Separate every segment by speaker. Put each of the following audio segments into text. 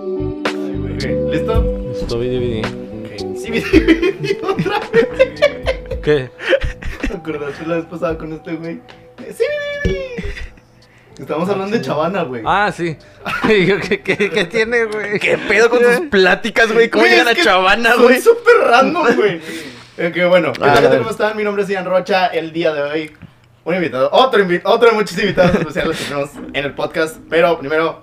Speaker 1: Ok, ¿Listo?
Speaker 2: Listo, video, video.
Speaker 1: Ok. Sí, me dividí otra vez.
Speaker 2: ¿Qué?
Speaker 1: ¿Te acordaste la vez pasada con este güey? Eh, Sí, me dividí. Estamos hablando de Chavana, güey.
Speaker 2: Ah, sí. Y yo, ¿Qué, qué, qué tiene, güey?
Speaker 3: ¿Qué pedo con tus pláticas, güey? ¿Cómo
Speaker 1: Güey,
Speaker 3: llegan
Speaker 1: es
Speaker 3: a
Speaker 1: que
Speaker 3: Chavana,
Speaker 1: son
Speaker 3: güey?
Speaker 1: súper random, güey. Eh, que bueno, ¿qué
Speaker 3: Ah,
Speaker 1: tal
Speaker 3: a ver.
Speaker 1: gente? ¿Cómo están? Mi nombre es Ian Rocha. El día de hoy, un invitado, otro, invi- otro de muchos invitados especiales que tenemos en el podcast. Pero primero,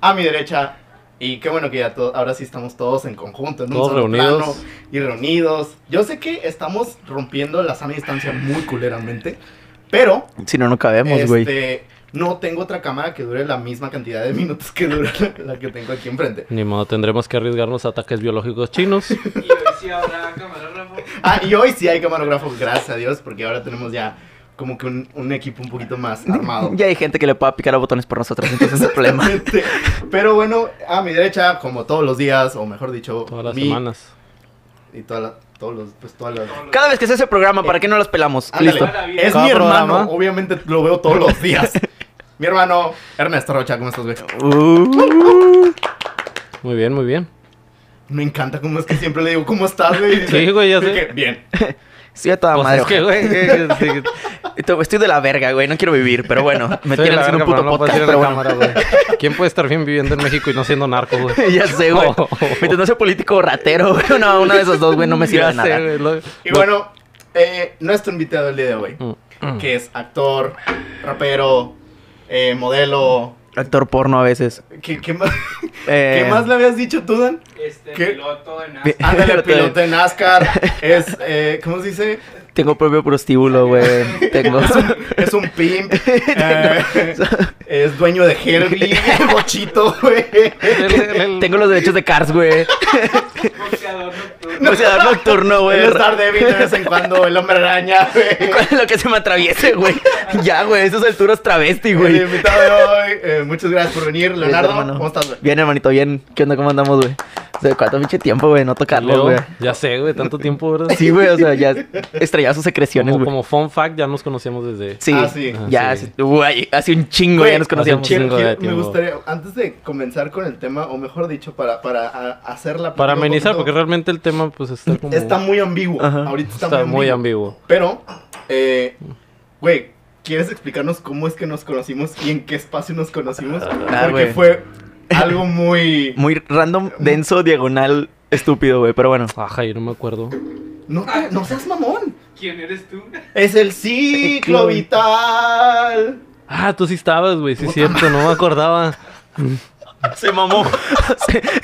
Speaker 1: a mi derecha, y qué bueno que ya to- ahora sí estamos todos en conjunto, en un
Speaker 2: Todos
Speaker 1: solo
Speaker 2: reunidos.
Speaker 1: plano y reunidos. Yo sé que estamos rompiendo la sana distancia muy culeramente, pero
Speaker 3: Si no, no cabemos, güey.
Speaker 1: este, no tengo otra cámara que dure la misma cantidad de minutos que dura la que tengo aquí enfrente.
Speaker 2: Ni modo, tendremos que arriesgarnos a ataques biológicos chinos.
Speaker 4: Y hoy sí habrá camarógrafo.
Speaker 1: Ah, y hoy sí hay camarógrafo, gracias a Dios, porque ahora tenemos ya como que un, un equipo un poquito más armado.
Speaker 3: Ya hay gente que le pueda picar a botones por nosotros, entonces no es problema.
Speaker 1: Exactamente. Pero bueno, a mi derecha, como todos los días, o mejor dicho,
Speaker 2: Todas las
Speaker 1: mi-
Speaker 2: semanas.
Speaker 1: Y toda la- todos los, pues todas las.
Speaker 4: Todos los-
Speaker 3: Cada vez que se hace programa, ¿para qué no los pelamos?
Speaker 1: Eh, Ándale,
Speaker 3: Listo.
Speaker 1: Es
Speaker 2: Cada
Speaker 1: mi hermano,
Speaker 2: programa.
Speaker 1: obviamente lo veo todos los días. mi hermano, Ernesto Rocha, ¿cómo estás, güey?
Speaker 3: Uh,
Speaker 2: Muy bien, muy bien.
Speaker 1: Me encanta cómo es que siempre le digo, ¿cómo estás, güey? Y dice-
Speaker 2: Sí, güey, ya
Speaker 1: de
Speaker 2: sé.
Speaker 1: que, Bien.
Speaker 3: sí, a toda
Speaker 2: Pues
Speaker 3: madre.
Speaker 2: es que, güey, que- que-
Speaker 3: Estoy estoy de la verga, güey. No quiero vivir, pero bueno. Me
Speaker 2: Estoy de
Speaker 3: tiran
Speaker 2: la
Speaker 3: haciendo un
Speaker 2: verga,
Speaker 3: puto
Speaker 2: pero no puedes
Speaker 3: podcast,
Speaker 2: ir a
Speaker 3: pero
Speaker 2: la
Speaker 3: bueno.
Speaker 2: cámara, güey. ¿Quién puede estar bien viviendo en México y no siendo narco, güey?
Speaker 3: Ya sé, güey.
Speaker 2: Oh.
Speaker 3: Mientras no sea político o ratero, güey. No, una de esas dos, güey, no me sirve
Speaker 2: Ya
Speaker 3: de nada.
Speaker 2: sé, güey, lo-
Speaker 1: Y bueno, eh, nuestro invitado el día de hoy,
Speaker 2: Mm.
Speaker 1: que es actor, rapero, eh, modelo.
Speaker 3: Actor porno a veces.
Speaker 1: ¿Qué, qué más,
Speaker 3: Eh,
Speaker 1: ¿Qué más le habías dicho tú, Dan?
Speaker 4: Este
Speaker 1: ¿Qué?
Speaker 4: piloto en
Speaker 3: Bien.
Speaker 4: NASA.
Speaker 1: Ándale, piloto de NASCAR. Es, eh, ¿cómo se dice?
Speaker 3: Tengo propio prostíbulo, güey. Tengo.
Speaker 1: Es un, es un pimp. eh, es dueño de Herbie. Bochito, güey.
Speaker 2: El- el- el-
Speaker 3: Tengo los derechos de Cars, güey.
Speaker 4: boxeador nocturno.
Speaker 3: O sea, nocturno, güey.
Speaker 1: Él es Daredevil de vez en cuando. El hombre araña, güey.
Speaker 3: ¿Cuál es lo que se me atraviese, güey? Ya, güey, esas alturas travesti,
Speaker 1: El
Speaker 3: güey.
Speaker 1: invitado de hoy. eh, muchas gracias por venir, Leonardo.
Speaker 3: hermano.
Speaker 1: ¿Cómo estás, güey?
Speaker 3: Bien, hermanito, bien. ¿Qué onda? ¿Cómo andamos, güey? O sea, cuánto pinche tiempo, güey, no tocarlos,
Speaker 2: Leo,
Speaker 3: güey.
Speaker 2: Ya sé, güey, tanto tiempo, ¿verdad?
Speaker 3: Sí, güey, o sea, ya estrellaba sus secreciones,
Speaker 2: Como,
Speaker 3: güey.
Speaker 2: como fun fact, ya nos conocíamos desde...
Speaker 3: Sí,
Speaker 1: Ah, sí.
Speaker 3: ya,
Speaker 2: Ah,
Speaker 3: sí.
Speaker 2: sí.
Speaker 3: güey, hace un chingo
Speaker 1: Güey,
Speaker 3: ya nos conocíamos.
Speaker 2: hace un
Speaker 1: Quiero-
Speaker 2: chingo de
Speaker 1: quiero- me
Speaker 2: tiempo.
Speaker 1: gustaría, antes de comenzar con el tema, o mejor dicho, para, para a- hacer la
Speaker 2: Para
Speaker 1: un
Speaker 2: amenizar, porque
Speaker 1: poquito-
Speaker 2: realmente el tema, pues, está como...
Speaker 1: está muy ambiguo.
Speaker 3: Ajá.
Speaker 1: Ahorita está,
Speaker 2: está muy ambiguo.
Speaker 1: Pero, eh, güey, ¿quieres explicarnos cómo es que nos conocimos y en qué espacio nos conocimos?
Speaker 3: Ah,
Speaker 1: Porque
Speaker 3: güey.
Speaker 1: fue algo muy...
Speaker 3: Muy random, denso, diagonal, estúpido, güey, pero bueno.
Speaker 2: Ajá, yo no me acuerdo.
Speaker 1: No, te- no seas mamón.
Speaker 4: Ah. ¿Quién eres tú?
Speaker 1: Es el ciclo vital.
Speaker 2: Ah, tú sí estabas, güey, sí es cierto, no me acordaba.
Speaker 3: Se mamó.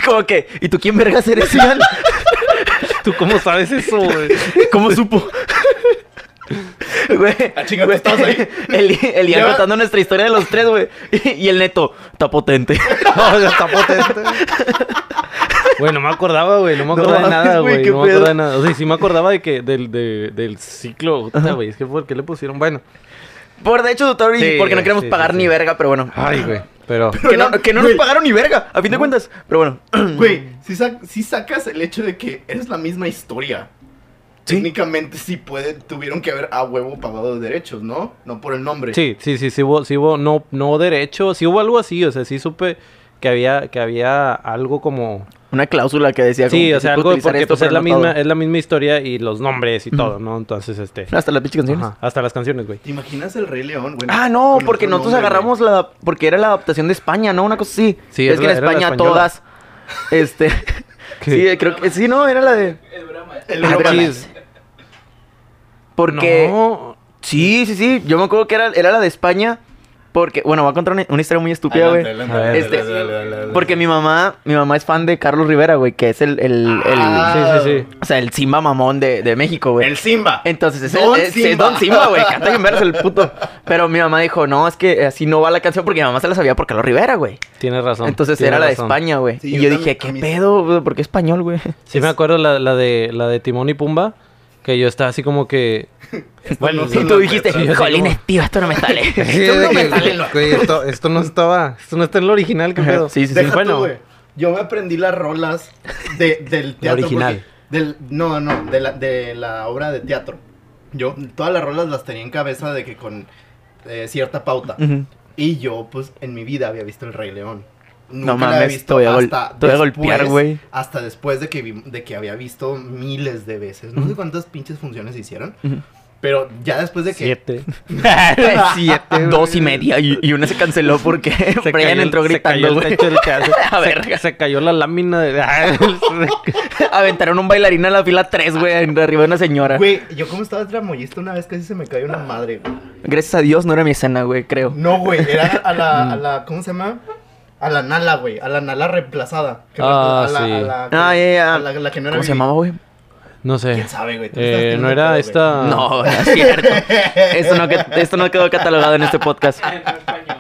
Speaker 3: Como que, ¿y tú quién vergas eres, Ian?
Speaker 2: ¿Tú cómo sabes eso, güey?
Speaker 3: ¿Cómo supo? Güey,
Speaker 1: Ah, chinga, ¿tú
Speaker 3: güey,
Speaker 1: estabas ahí?
Speaker 3: El, el Ian
Speaker 1: Lleva-
Speaker 3: contando nuestra historia de los tres, güey. Y, y el neto, está potente.
Speaker 2: No, ya está potente. Güey, no me acordaba, güey. No me
Speaker 3: No
Speaker 2: acordaba de
Speaker 3: mames,
Speaker 2: nada,
Speaker 3: güey,
Speaker 2: güey.
Speaker 3: qué
Speaker 2: No me acordaba
Speaker 3: pedo.
Speaker 2: de nada. O sea, sí me acordaba de que del, de- del ciclo. Puta, güey. Es que por qué le pusieron. Bueno.
Speaker 3: Por de hecho, doctor, y
Speaker 2: Sí,
Speaker 3: porque no
Speaker 2: güey,
Speaker 3: queremos
Speaker 2: sí,
Speaker 3: pagar
Speaker 2: sí,
Speaker 3: ni
Speaker 2: sí. Ah,
Speaker 3: verga, pero bueno.
Speaker 2: Ay, güey. Pero.
Speaker 3: Que no, que no nos
Speaker 1: Güey.
Speaker 3: pagaron ni verga, a fin de
Speaker 2: Ah.
Speaker 3: cuentas. Pero bueno,
Speaker 1: Güey, si, sac- si sacas el hecho de que es la misma historia.
Speaker 3: Sí.
Speaker 1: Técnicamente sí puede, tuvieron que haber a huevo pagado derechos, ¿no? No por el nombre.
Speaker 2: Sí, sí, sí, sí hubo, sí hubo no, no derecho. Sí hubo algo así. O sea, sí supe que había, que había algo como.
Speaker 3: una cláusula que decía como
Speaker 2: Sí,
Speaker 3: que
Speaker 2: o
Speaker 3: se
Speaker 2: sea,
Speaker 3: puede
Speaker 2: algo
Speaker 3: utilizar
Speaker 2: porque
Speaker 3: esto,
Speaker 2: pues, es
Speaker 3: pero
Speaker 2: la
Speaker 3: no
Speaker 2: misma,
Speaker 3: todo.
Speaker 2: es la misma historia y los nombres y
Speaker 3: Ujú.
Speaker 2: todo, ¿no? Entonces, este.
Speaker 3: Hasta las pinches canciones.
Speaker 2: ajá, hasta las canciones, güey.
Speaker 1: ¿Te imaginas el Rey León? güey?
Speaker 3: Ah, no,
Speaker 1: Con
Speaker 3: porque
Speaker 1: otro
Speaker 3: nosotros
Speaker 1: nombre,
Speaker 3: agarramos la. Porque era la adaptación de España, ¿no? Una cosa así.
Speaker 2: Sí,
Speaker 3: es
Speaker 2: era
Speaker 3: que en
Speaker 2: la- era la
Speaker 3: España
Speaker 2: española.
Speaker 3: todas. Este.
Speaker 2: ¿Qué?
Speaker 3: sí, creo que. Sí, no, era la de.
Speaker 4: El broma.
Speaker 1: El
Speaker 3: Ah,
Speaker 1: Broma.
Speaker 3: pero-
Speaker 2: chis.
Speaker 3: Porque.
Speaker 2: No.
Speaker 3: Sí, sí, sí. Yo me acuerdo que era, era la de España. Porque. Bueno, voy a contar una, una historia muy
Speaker 1: güey.
Speaker 3: estúpida, güey.
Speaker 1: Adelante,
Speaker 2: A ver.
Speaker 1: adelante,
Speaker 3: Este,
Speaker 1: adelante, adelante, adelante.
Speaker 3: Porque mi mamá. Mi mamá es fan de Carlos Rivera, güey. Que es el. el, el-
Speaker 1: Ah,
Speaker 2: Sí, sí, sí.
Speaker 3: o sea, el Simba mamón de, de México, güey.
Speaker 1: El Simba.
Speaker 3: Entonces, es,
Speaker 1: Don
Speaker 3: es- es
Speaker 1: Simba.
Speaker 3: Don Simba, güey. Canta que me eres el puto. Pero mi mamá dijo, no, es que así no va la canción porque mi mamá se la sabía por Carlos Rivera, güey.
Speaker 2: Tienes razón.
Speaker 3: Entonces
Speaker 2: tienes
Speaker 3: era la de
Speaker 2: razón.
Speaker 3: España, güey.
Speaker 1: Sí,
Speaker 3: y
Speaker 1: yo
Speaker 3: yo
Speaker 1: también-
Speaker 3: dije,
Speaker 1: a
Speaker 3: ¿qué
Speaker 1: mí-
Speaker 3: pedo? güey? ¿Por qué español, güey?
Speaker 2: Sí me acuerdo la, la de la de Timón y Pumba, que yo estaba así como que
Speaker 1: Bueno,
Speaker 3: Y tú dijiste,
Speaker 2: sí, yo sé
Speaker 3: jolín,
Speaker 2: cómo".
Speaker 3: tío, esto no me sale.
Speaker 2: Sí,
Speaker 3: esto no me sale, loco.
Speaker 2: güey, esto, esto no estaba, esto no está en lo original, qué
Speaker 3: Ajá,
Speaker 2: pedo.
Speaker 3: sí, sí, sí.
Speaker 1: Deja tú,
Speaker 2: Bueno,
Speaker 1: güey. Yo me aprendí las rolas de- del teatro.
Speaker 2: original.
Speaker 1: porque- Del, no, no, de la, de la obra de teatro. Yo todas las rolas las tenía en cabeza de que con eh, cierta pauta.
Speaker 3: Ujú.
Speaker 1: Y yo, pues, en mi vida había visto El Rey León. Nunca
Speaker 3: No
Speaker 1: la
Speaker 3: mames,
Speaker 1: había
Speaker 3: te voy a gol- te voy a golpear,
Speaker 1: después-
Speaker 3: güey.
Speaker 1: Hasta después de que, vi- de que había visto miles de veces. No sé cuántas pinches funciones hicieron.
Speaker 3: Ujú.
Speaker 1: Pero ya después de que...
Speaker 2: Siete.
Speaker 3: Siete, dos y media. Y, y una se canceló porque
Speaker 2: Se cayó
Speaker 3: Brian
Speaker 2: el-
Speaker 3: entró
Speaker 2: se cayó
Speaker 3: gritando,
Speaker 2: el
Speaker 3: güey.
Speaker 2: techo del teatro.
Speaker 3: A
Speaker 2: Se-
Speaker 3: verga.
Speaker 2: Se, cayó la lámina de.
Speaker 3: Aventaron un bailarín a la fila 3, güey, en- arriba de una señora.
Speaker 1: Güey, yo como estaba tramoyista una vez casi se me cayó una madre, güey.
Speaker 3: Gracias a Dios no era mi escena, güey, creo.
Speaker 1: No, güey, era a la, a la... ¿Cómo se llama? A la Nala, güey. A la Nala reemplazada. Que
Speaker 2: Ah,
Speaker 1: reemplazó- a la,
Speaker 2: sí.
Speaker 1: a la-
Speaker 3: Ah, ya, ya.
Speaker 1: a la, la que no era
Speaker 3: ¿Cómo se
Speaker 1: Vivi.
Speaker 3: llamaba, güey?
Speaker 2: no sé.
Speaker 1: ¿Quién sabe, güey? Tú
Speaker 2: Eh,
Speaker 1: estás teniendo
Speaker 2: no era
Speaker 1: pedo, güey.
Speaker 2: esta.
Speaker 3: No, no es cierto. Esto no, que- esto no quedó catalogado en este podcast.
Speaker 4: En español.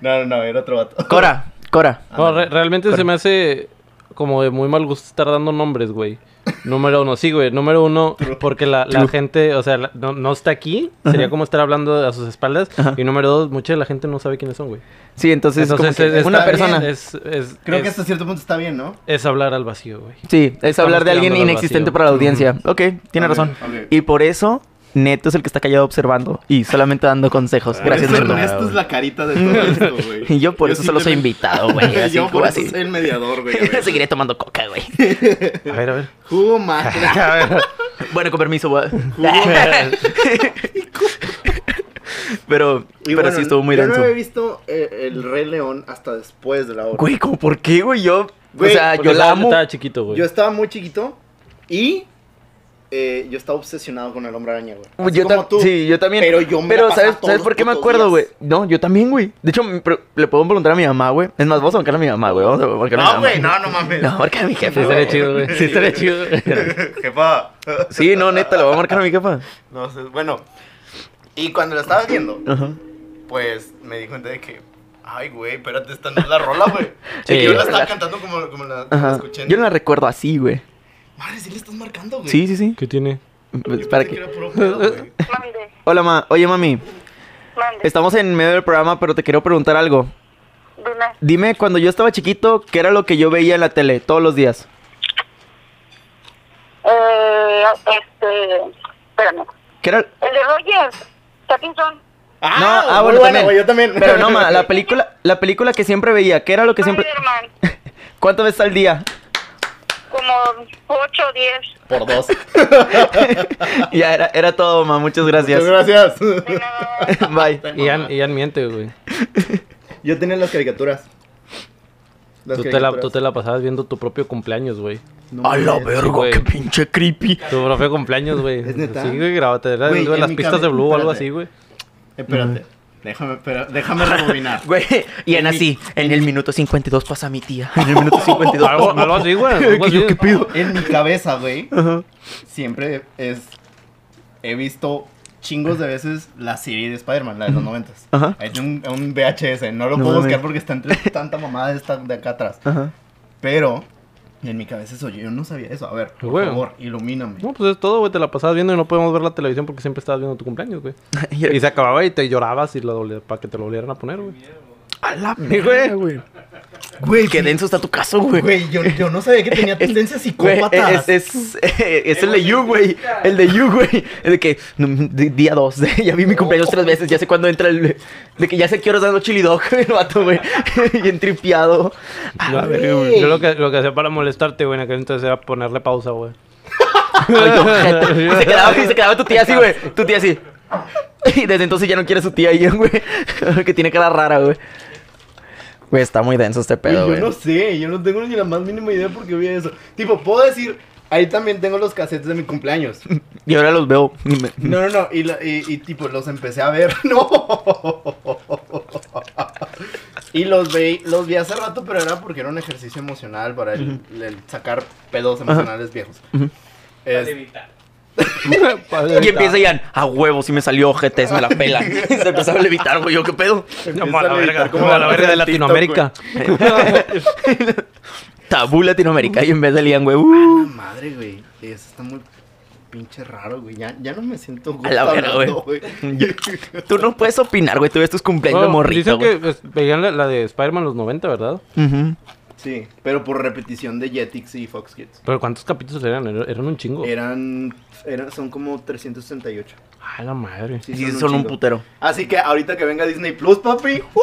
Speaker 1: No, no, no, era otro vato.
Speaker 3: Cora, Cora.
Speaker 2: No, re- realmente se me hace como de muy mal gusto estar dando nombres, güey. Número uno, sí, güey. Número uno, porque la, la gente, o sea, la- no, no está aquí. Sería como estar hablando a sus espaldas.
Speaker 3: Ajá.
Speaker 2: Y número dos, mucha de la gente no sabe quiénes son, güey.
Speaker 3: Sí, entonces, como
Speaker 2: Entonces,
Speaker 3: que
Speaker 2: es,
Speaker 3: una
Speaker 1: está bien.
Speaker 3: persona.
Speaker 2: Es, es-
Speaker 1: Creo que
Speaker 2: es-
Speaker 1: hasta cierto punto está bien, ¿no?
Speaker 2: es hablar al vacío, güey.
Speaker 3: Sí, es hablar de alguien
Speaker 2: tirándolo al
Speaker 3: inexistente
Speaker 2: vacío.
Speaker 3: para la audiencia. Ok, tiene
Speaker 1: Ok,
Speaker 3: razón.
Speaker 1: ok.
Speaker 3: Y por eso, Neto es el que está callado observando y solamente dando
Speaker 2: Ah,
Speaker 3: consejos. Gracias,
Speaker 1: Por eso
Speaker 3: Neto.
Speaker 1: Ernesto es la carita de todo esto, güey.
Speaker 3: Y yo por eso solo soy
Speaker 1: simplemente-
Speaker 3: invitado, güey. Así
Speaker 1: yo
Speaker 3: como
Speaker 1: por eso
Speaker 3: así.
Speaker 1: soy el mediador, güey. a ver.
Speaker 3: Seguiré tomando coca, güey.
Speaker 2: A ver, a ver.
Speaker 1: Jugo máquina.
Speaker 2: A ver.
Speaker 3: Bueno, con permiso, güey. pero
Speaker 1: Y
Speaker 3: pero
Speaker 1: bueno,
Speaker 3: sí estuvo muy
Speaker 1: yo
Speaker 3: denso.
Speaker 1: no había visto eh, El Rey León hasta después de la obra.
Speaker 3: Güey, ¿cómo por qué, güey? Yo.
Speaker 1: Güey,
Speaker 3: o sea,
Speaker 2: Porque
Speaker 3: Ah, yo la
Speaker 2: estaba-
Speaker 3: amo.
Speaker 2: Estaba chiquito, güey.
Speaker 1: Yo estaba muy chiquito y eh, yo estaba obsesionado con el hombre araña, güey. Así
Speaker 3: Yo
Speaker 1: como
Speaker 3: tam-
Speaker 1: tú.
Speaker 3: Sí, yo también.
Speaker 1: Pero yo me
Speaker 3: Pero
Speaker 1: la
Speaker 3: ¿sabes,
Speaker 1: pasaba todos
Speaker 3: ¿sabes
Speaker 1: los
Speaker 3: por qué me
Speaker 1: putos
Speaker 3: acuerdo,
Speaker 1: días?
Speaker 3: güey? No, yo también, güey. De hecho, me- pero le puedo preguntar a mi mamá, güey. Es más, vamos a marcar a mi mamá, güey. Vamos a marcar a mi
Speaker 1: No,
Speaker 3: mamá.
Speaker 1: güey, no, no mames.
Speaker 3: No, marca a mi jefe.
Speaker 2: Sí,
Speaker 3: güey.
Speaker 2: estaría chido, güey. Sí, estaría chido.
Speaker 1: Jefa.
Speaker 3: Sí, no, neta, le voy a marcar a mi jefa.
Speaker 1: No sé, bueno. Y cuando la estaba viendo,
Speaker 3: Ajá.
Speaker 1: pues me di cuenta de que, ay, güey, espérate, esta no es la rola, güey.
Speaker 2: Sí.
Speaker 1: Y yo la estaba cantando como, como la, como la
Speaker 3: Ajá.
Speaker 1: escuché. en-
Speaker 3: Yo no la recuerdo así, güey.
Speaker 1: Madre, sí le estás marcando, güey.
Speaker 3: Sí, sí, sí.
Speaker 2: ¿Qué tiene?
Speaker 3: Pues, para
Speaker 1: que.
Speaker 3: que...
Speaker 1: era puro pedo, güey.
Speaker 5: Mande,
Speaker 3: Hola, ma. Oye, mami.
Speaker 5: mande.
Speaker 3: Estamos en medio del programa, pero te quiero preguntar algo.
Speaker 5: Dime,
Speaker 3: Dime, cuando yo estaba chiquito, ¿qué era lo que yo veía en la tele todos los días?
Speaker 5: eh, este, espérame.
Speaker 3: ¿Qué era...?
Speaker 5: El de Roger Pattinson,
Speaker 3: No, ah,
Speaker 1: muy
Speaker 3: bueno, también.
Speaker 1: güey, yo también.
Speaker 3: Pero no, ma, la película, la película que siempre veía, ¿qué era lo que siempre...?
Speaker 5: Spider-Man,
Speaker 3: ¿Cuántas veces al día?
Speaker 5: como 8 o 10.
Speaker 1: Por dos.
Speaker 3: ya, era, era todo, ma. Muchas gracias.
Speaker 1: Muchas gracias.
Speaker 5: De nada.
Speaker 3: Bye.
Speaker 2: Ian, Ian miente, güey.
Speaker 1: Yo tenía las caricaturas.
Speaker 2: Tú te, la, tú te la pasabas viendo tu propio cumpleaños, güey.
Speaker 1: No, mames.
Speaker 2: verga, güey. qué
Speaker 3: pinche creepy.
Speaker 2: Tu propio cumpleaños, güey.
Speaker 1: ¿Es neta?
Speaker 2: Sí, güey, grábate. Era
Speaker 1: Güey,
Speaker 2: algo de
Speaker 1: en
Speaker 2: las
Speaker 1: mi
Speaker 2: pistas de
Speaker 1: cabeza-
Speaker 2: Blue o algo
Speaker 1: espérate.
Speaker 2: así, güey.
Speaker 1: Espérate. Déjame, pero, déjame rebobinar.
Speaker 3: Güey, y en así, en el minuto 52 pasa mi tía. En el minuto 52
Speaker 2: Algo, algo así, güey. algo así.
Speaker 1: En mi cabeza, güey, siempre es. He visto chingos de veces la serie de Spider-Man, la de los noventas.
Speaker 3: Ajá.
Speaker 1: Hay un, un VHS, no lo
Speaker 3: No
Speaker 1: puedo buscar
Speaker 3: mames.
Speaker 1: porque está entre tanta mamada de, esta, de acá atrás.
Speaker 3: Ajá.
Speaker 1: Pero, en mi cabeza eso, yo no sabía eso. A ver, por
Speaker 2: Güey.
Speaker 1: favor, ilumíname.
Speaker 2: No, pues es todo, güey. Te la pasabas viendo y no podemos ver la televisión porque siempre estabas viendo tu cumpleaños, güey. Y se acababa y te llorabas y para que te lo volvieran a poner, güey.
Speaker 3: A la verga, güey.
Speaker 1: Güey,
Speaker 3: Qué
Speaker 1: sí,
Speaker 3: denso está tu caso, güey.
Speaker 1: Güey, yo, yo no sabía que tenía
Speaker 3: Es-
Speaker 1: tendencias
Speaker 3: Güey, e,
Speaker 1: psicópatas.
Speaker 3: es, es, es el de You, güey. El de You, güey. El de que mm, di- día 2, ya vi mi cumpleaños tres veces, ya sé cuándo entra el. De que ya sé qué horas dan los chili dog, el vato, güey. Bien Ah, tripiado. A la
Speaker 2: Yo,
Speaker 3: verga.
Speaker 2: yo lo que, lo que hacía para molestarte, güey, en aquel entonces era ponerle pausa, güey.
Speaker 3: Ay, qué ojete. Y se quedaba, y se quedaba tu tía así, güey. Tu tía así. Y desde entonces ya no quiere a su tía ahí, güey. Que tiene cara rara, güey. Güey, está muy denso este
Speaker 1: Güey,
Speaker 3: pedo,
Speaker 1: yo
Speaker 3: güey.
Speaker 1: no sé, yo no tengo ni la más mínima idea por qué vi eso. Tipo, puedo decir, ahí también tengo los cassettes de mi cumpleaños.
Speaker 3: Y ahora los veo. y me-
Speaker 1: No, no, no, y, la- y- y tipo, los empecé a ver. No. Y los vi, los vi hace rato, pero era porque era un ejercicio emocional para el, el sacar pedos emocionales viejos.
Speaker 3: Ujú.
Speaker 1: Es-
Speaker 4: Para evitar.
Speaker 3: Y empieza Ian, a huevo, si me salió ojetes, me la pela. Y se empezaba a levitar, güey, yo qué pedo.
Speaker 2: Como a la
Speaker 1: empieza
Speaker 2: verga,
Speaker 1: levitar
Speaker 2: como a la verga de
Speaker 1: TikTok, güey.
Speaker 2: Latinoamérica.
Speaker 3: Tabú Latinoamérica y en vez de Ian, güey, uh,
Speaker 1: Ah, madre, güey. Eso está muy pinche raro, güey. Ya, ya no me siento
Speaker 3: A la verga, güey.
Speaker 1: hablando,
Speaker 3: tú no puedes opinar, güey, tú ves tus cumpleaños de
Speaker 2: Oh,
Speaker 3: morrito,
Speaker 2: Dicen
Speaker 3: güey.
Speaker 2: que pues, veían la, la de Spider-Man los 90, ¿verdad?
Speaker 3: Ujú.
Speaker 1: Sí, pero por repetición de Jetix y Fox Kids. Eh,
Speaker 2: Pero ¿cuántos capítulos eran? Era- Eran un chingo.
Speaker 1: Eran, eran- son como 368.
Speaker 2: A la madre.
Speaker 1: Sí,
Speaker 3: Sí,
Speaker 1: son un
Speaker 3: son un
Speaker 1: chingo.
Speaker 3: putero.
Speaker 1: Así que ahorita que venga Disney Plus, papi, ¡uh!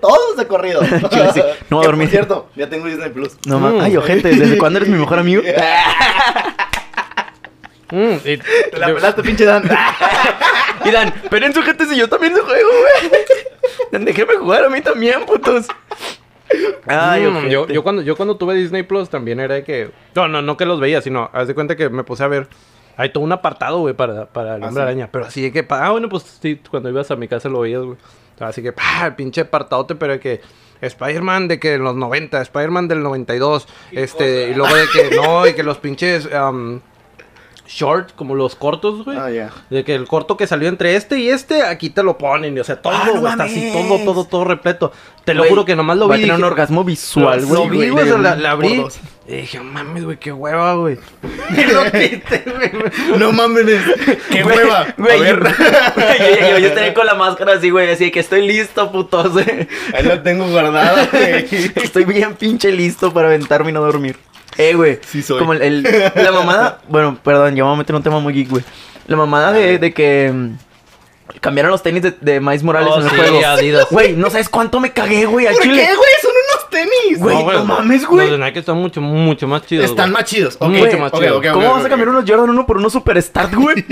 Speaker 1: todos de corrido.
Speaker 3: Chile, sí. No voy a
Speaker 1: Que,
Speaker 3: dormir.
Speaker 1: Por cierto, ya tengo Disney Plus.
Speaker 3: No
Speaker 2: Mm.
Speaker 3: mames. Ay, ojete, ¿desde cuándo eres mi mejor amigo?
Speaker 2: Mm, y-
Speaker 1: Te la
Speaker 2: yo-
Speaker 1: pelaste, pinche Dan. Ah,
Speaker 3: Y Dan, pero en su gente si yo también juego, güey. Dan, déjeme jugar a mí también, putos.
Speaker 1: ah,
Speaker 3: Ay,
Speaker 2: Mm,
Speaker 3: ojete.
Speaker 2: yo, yo cuando, yo cuando tuve Disney Plus también era de que. No, no, no que los veía, sino, haz de cuenta que me puse a ver. Hay todo un apartado, güey, para, para el
Speaker 1: Ah,
Speaker 2: hombre
Speaker 1: sí.
Speaker 2: araña. Pero así de que, pa- ah, bueno, pues sí, cuando ibas a mi casa lo veías, güey. Así que, pa, el pinche apartadote, pero de que. Spider-Man de que en los 90, Spider-Man del 92,
Speaker 4: Qué
Speaker 2: este,
Speaker 4: cosa.
Speaker 2: y luego de que no, y que los pinches am, short, como los cortos, güey.
Speaker 1: Ah, ya.
Speaker 2: De que el corto que salió entre este y este, aquí te lo ponen. Y, o sea, todo,
Speaker 3: Ah, no
Speaker 2: güey, está así,
Speaker 3: mames.
Speaker 2: todo, todo, todo repleto. Te lo
Speaker 3: Güey,
Speaker 2: juro que nomás lo
Speaker 3: Va
Speaker 2: vi.
Speaker 3: a tener
Speaker 2: dije,
Speaker 3: un orgasmo visual,
Speaker 2: lo
Speaker 3: güey.
Speaker 2: vi, güey,
Speaker 3: de
Speaker 2: o sea, la,
Speaker 3: un-
Speaker 2: la
Speaker 3: por
Speaker 2: abrí.
Speaker 3: dos.
Speaker 2: Y dije, mames, güey, qué hueva, güey.
Speaker 1: No mames. Qué
Speaker 3: Güey,
Speaker 1: hueva.
Speaker 3: Güey,
Speaker 1: a ver.
Speaker 3: yo, yo, yo, yo estaría con la máscara así, güey, así de que estoy listo, putos. eh.
Speaker 1: Ahí lo tengo guardado, güey.
Speaker 3: Estoy bien pinche listo para aventarme y no dormir. Eh, güey.
Speaker 1: Sí soy.
Speaker 3: Como el, el- la mamada. Bueno, perdón, yo me voy a meter un tema muy geek, güey. La mamada de, de que. mm, Cambiaron los tenis de, de Miles Morales
Speaker 2: Oh,
Speaker 3: en el
Speaker 2: sí,
Speaker 3: juego.
Speaker 2: Adidas.
Speaker 3: Güey, no sabes cuánto me cagué, güey. Al
Speaker 1: ¿Por
Speaker 3: chile.
Speaker 1: qué, güey? Son unos tenis.
Speaker 3: Güey, no mames, güey.
Speaker 2: Los de Nike están mucho, mucho más chidos.
Speaker 1: Están
Speaker 2: güey.
Speaker 1: más chidos. Ok,
Speaker 2: Mucho más
Speaker 1: ok,
Speaker 2: chidos.
Speaker 1: ok, ok,
Speaker 3: ¿Cómo vas
Speaker 1: ok.
Speaker 3: a cambiar unos Jordan 1 por unos Superstar, güey?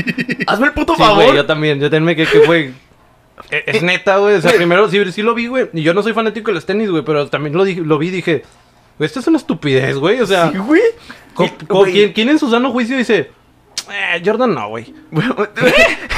Speaker 3: Hazme el puto
Speaker 2: Sí,
Speaker 3: favor.
Speaker 2: güey, yo también. Yo también me quedé que, güey. Es es neta, güey. O sea, primero sí, sí lo vi, güey. Y yo no soy fanático de los tenis, güey. Pero también lo, dije- lo vi y dije, güey, esto es una estupidez, güey. O sea,
Speaker 3: Sí, güey.
Speaker 2: co-
Speaker 3: Y-
Speaker 2: co-
Speaker 3: güey.
Speaker 2: ¿quién, quién en su sano juicio dice, eh, Jordan no, güey?
Speaker 3: Güey,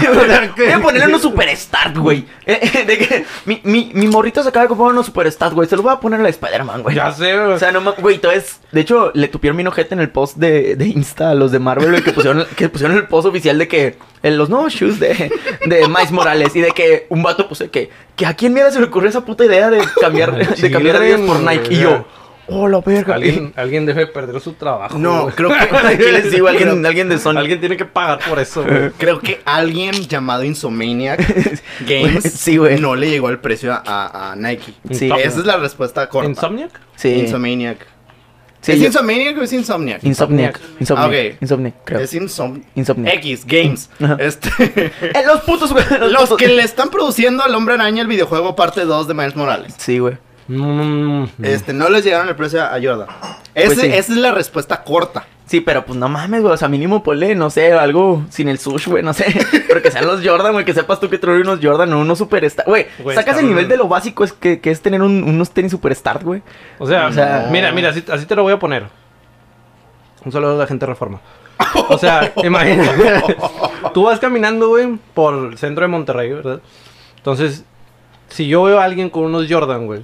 Speaker 3: Voy a ponerle unos superstar, güey. Eh, eh, De que mi, mi, mi morrito se acaba de comprar unos superstar, güey. Se los voy a poner a la Spider-Man, güey.
Speaker 2: Ya sé, güey.
Speaker 3: O sea, no ma- güey, todo es. De hecho, le tupieron mi ojete en el post de, de Insta a los de Marvel, güey, que pusieron, que pusieron el post oficial de que. en los nuevos shoes de, de Miles Morales. Y de que un vato puso que. que ¿A quién mierda se le ocurrió esa puta idea de cambiar, de cambiar Adidas por Nike? Y yo. ¡Oh, la verga!
Speaker 2: alguien, alguien debe perder su trabajo.
Speaker 1: No,
Speaker 2: güey.
Speaker 1: creo que.
Speaker 3: ¿Qué les digo? Alguien, alguien de Sony.
Speaker 2: Alguien tiene que pagar por eso, güey.
Speaker 1: Creo que alguien llamado Insomniac Games
Speaker 3: Pues, Sí, güey.
Speaker 1: no le llegó el precio a- a, a Nike.
Speaker 3: Sí.
Speaker 1: Esa es la respuesta corta.
Speaker 2: ¿Insomniac?
Speaker 3: Sí.
Speaker 1: Insomniac.
Speaker 3: Sí,
Speaker 1: ¿Es
Speaker 3: yo-
Speaker 1: Insomniac o es Insomniac?
Speaker 3: Insomniac. Insomniac.
Speaker 1: Ah, ok.
Speaker 3: Insomniac, creo.
Speaker 1: Es Insom...
Speaker 3: Insomniac.
Speaker 1: X, Games.
Speaker 3: Ajá.
Speaker 1: Este...
Speaker 3: Eh, los putos, güey.
Speaker 1: Los
Speaker 3: putos.
Speaker 1: que le están produciendo al Hombre Araña el videojuego parte 2 de Miles Morales.
Speaker 3: Sí, güey.
Speaker 2: Mm,
Speaker 1: Este, no les llegaron el precio a Jordan. Ese-
Speaker 3: Pues sí.
Speaker 1: Esa es la respuesta corta.
Speaker 3: Sí, pero pues no mames, güey. O sea, mínimo ponle, no sé, algo sin el sush, güey, no sé. Pero que sean los Jordan, güey, que sepas tú que traer unos Jordan o unos Superstar. Güey,
Speaker 2: Güey,
Speaker 3: sacas
Speaker 2: está
Speaker 3: el nivel
Speaker 2: brutal.
Speaker 3: de lo básico es que, que es tener un- unos tenis Superstar, güey.
Speaker 2: O sea,
Speaker 3: O sea-
Speaker 2: mira, mira, así, así te lo voy a poner. Un saludo a la gente de reforma. O sea, imagina. Tú vas caminando, güey, por el centro de Monterrey, ¿verdad? Entonces, si yo veo a alguien con unos Jordan, güey,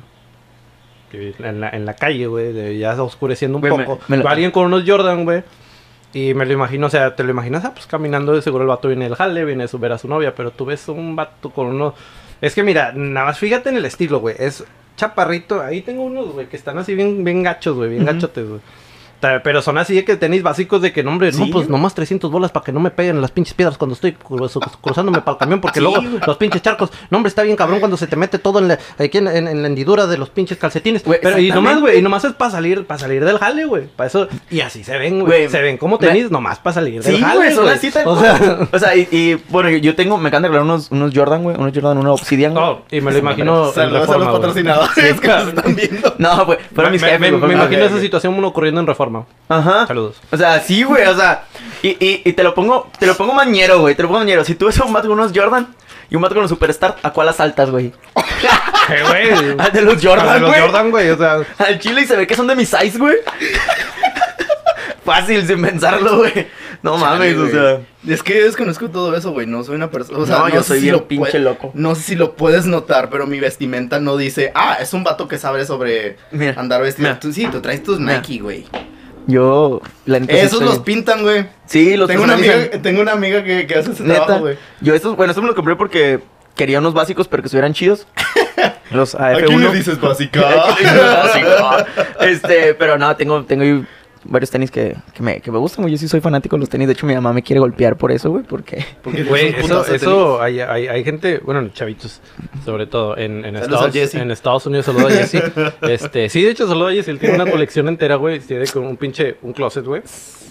Speaker 2: que en la, en la calle, güey, de- ya oscureciendo un
Speaker 3: Güey, me-
Speaker 2: poco,
Speaker 3: me lo-
Speaker 2: veo a alguien con unos Jordan, güey, y me lo imagino, o sea, te lo imaginas, ah, pues caminando, de seguro el vato viene del jale, viene a su- ver a su novia, pero tú ves un vato con unos. Es que mira, nada más fíjate en el estilo, güey, es chaparrito, ahí tengo unos, güey, que están así bien, bien gachos, güey, bien
Speaker 3: Ujú.
Speaker 2: gachotes, güey. Ta- Pero son así de que tenis básicos de que, no, hombre,
Speaker 3: Sí.
Speaker 2: no, pues nomás 300 bolas para que no me peguen las pinches piedras cuando estoy cruzo- cruzándome para el camión, porque luego los pinches charcos, no, hombre, está bien cabrón cuando se te mete todo en la, aquí en, en- en la hendidura de los pinches calcetines.
Speaker 3: Güey,
Speaker 2: Pero, y nomás,
Speaker 3: exactamente.
Speaker 2: güey, y nomás es para salir, para salir del jale, güey. Para eso, y así se ven,
Speaker 3: Güey,
Speaker 2: güey. Se ven como tenis, nomás para salir del
Speaker 3: Sí,
Speaker 2: jale.
Speaker 3: güey, son así tal
Speaker 2: O
Speaker 3: cual.
Speaker 2: sea,
Speaker 3: O sea, y, y, bueno, yo tengo, me acaban de regalar unos, unos Jordan, güey. Unos Jordan, una Obsidian. güey.
Speaker 2: no, Oh, y me lo imagino. en
Speaker 1: Saludos a
Speaker 2: Reforma,
Speaker 1: los
Speaker 2: güey.
Speaker 1: patrocinadores que nos están viendo.
Speaker 3: No, güey, fueron
Speaker 2: Me,
Speaker 3: mis
Speaker 2: me-
Speaker 3: jefes,
Speaker 2: me-
Speaker 3: Ah. güey,
Speaker 2: me
Speaker 3: fueron mis
Speaker 2: imagino
Speaker 1: Ok,
Speaker 2: esa
Speaker 1: ok.
Speaker 2: situación ocurriendo en reforma.
Speaker 3: Ajá.
Speaker 2: Saludos.
Speaker 3: O sea, sí, güey, o sea, y, y, y te lo pongo, te lo pongo mañero, güey, te lo pongo mañero. Si tú ves a un vato con unos Jordan y un vato con los Superstar, ¿a cuál asaltas, güey?
Speaker 2: Eh, güey.
Speaker 3: Al Ah, de
Speaker 1: Ah,
Speaker 3: los
Speaker 2: Para
Speaker 3: Jordan,
Speaker 2: los
Speaker 3: güey.
Speaker 2: Jordan, güey. O sea,
Speaker 3: Al chile y se ve que son de mi size, güey. Fácil, sin pensarlo, güey. No mames, o
Speaker 1: Chale,
Speaker 3: sea.
Speaker 1: güey. Es que desconozco todo eso, güey. No soy una persona. O sea,
Speaker 3: No, yo
Speaker 1: sé
Speaker 3: soy bien
Speaker 1: lo
Speaker 3: pinche
Speaker 1: pue-
Speaker 3: loco.
Speaker 1: No sé si lo puedes notar, pero mi vestimenta no dice, ah, es un vato que sabe sobre
Speaker 3: Mira,
Speaker 1: andar vestido.
Speaker 3: mira.
Speaker 1: Tú sí, tú traes tus
Speaker 3: Mira.
Speaker 1: Nike, güey.
Speaker 3: Yo, la neta. sí
Speaker 1: Esos
Speaker 3: soy-
Speaker 1: los pintan, güey.
Speaker 3: Sí, los
Speaker 1: Tengo una,
Speaker 3: personalizan.
Speaker 1: amiga, tengo una amiga que, que hace ese
Speaker 3: Neta.
Speaker 1: trabajo, güey.
Speaker 3: Yo estos, bueno, estos me los compré porque quería unos básicos, pero que estuvieran chidos. Los AF1.
Speaker 1: dices básica?
Speaker 3: Ay, qué lindo, así, no. este, pero no, tengo, tengo varios tenis que, que me, que me gustan, güey. Yo sí soy fanático de los tenis. De hecho, mi mamá me quiere golpear por eso, güey, porque...
Speaker 1: Porque
Speaker 2: Güey,
Speaker 1: es un
Speaker 2: eso,
Speaker 1: putazo de
Speaker 2: eso hay, hay, hay gente, bueno, chavitos, sobre todo en, en,
Speaker 1: Saludos a
Speaker 2: Estados,
Speaker 1: Jesse.
Speaker 2: en Estados Unidos, saludo a Jesse. Este, sí, de hecho, saludo a Jesse, él tiene una colección entera, güey, tiene como un pinche, un closet, güey,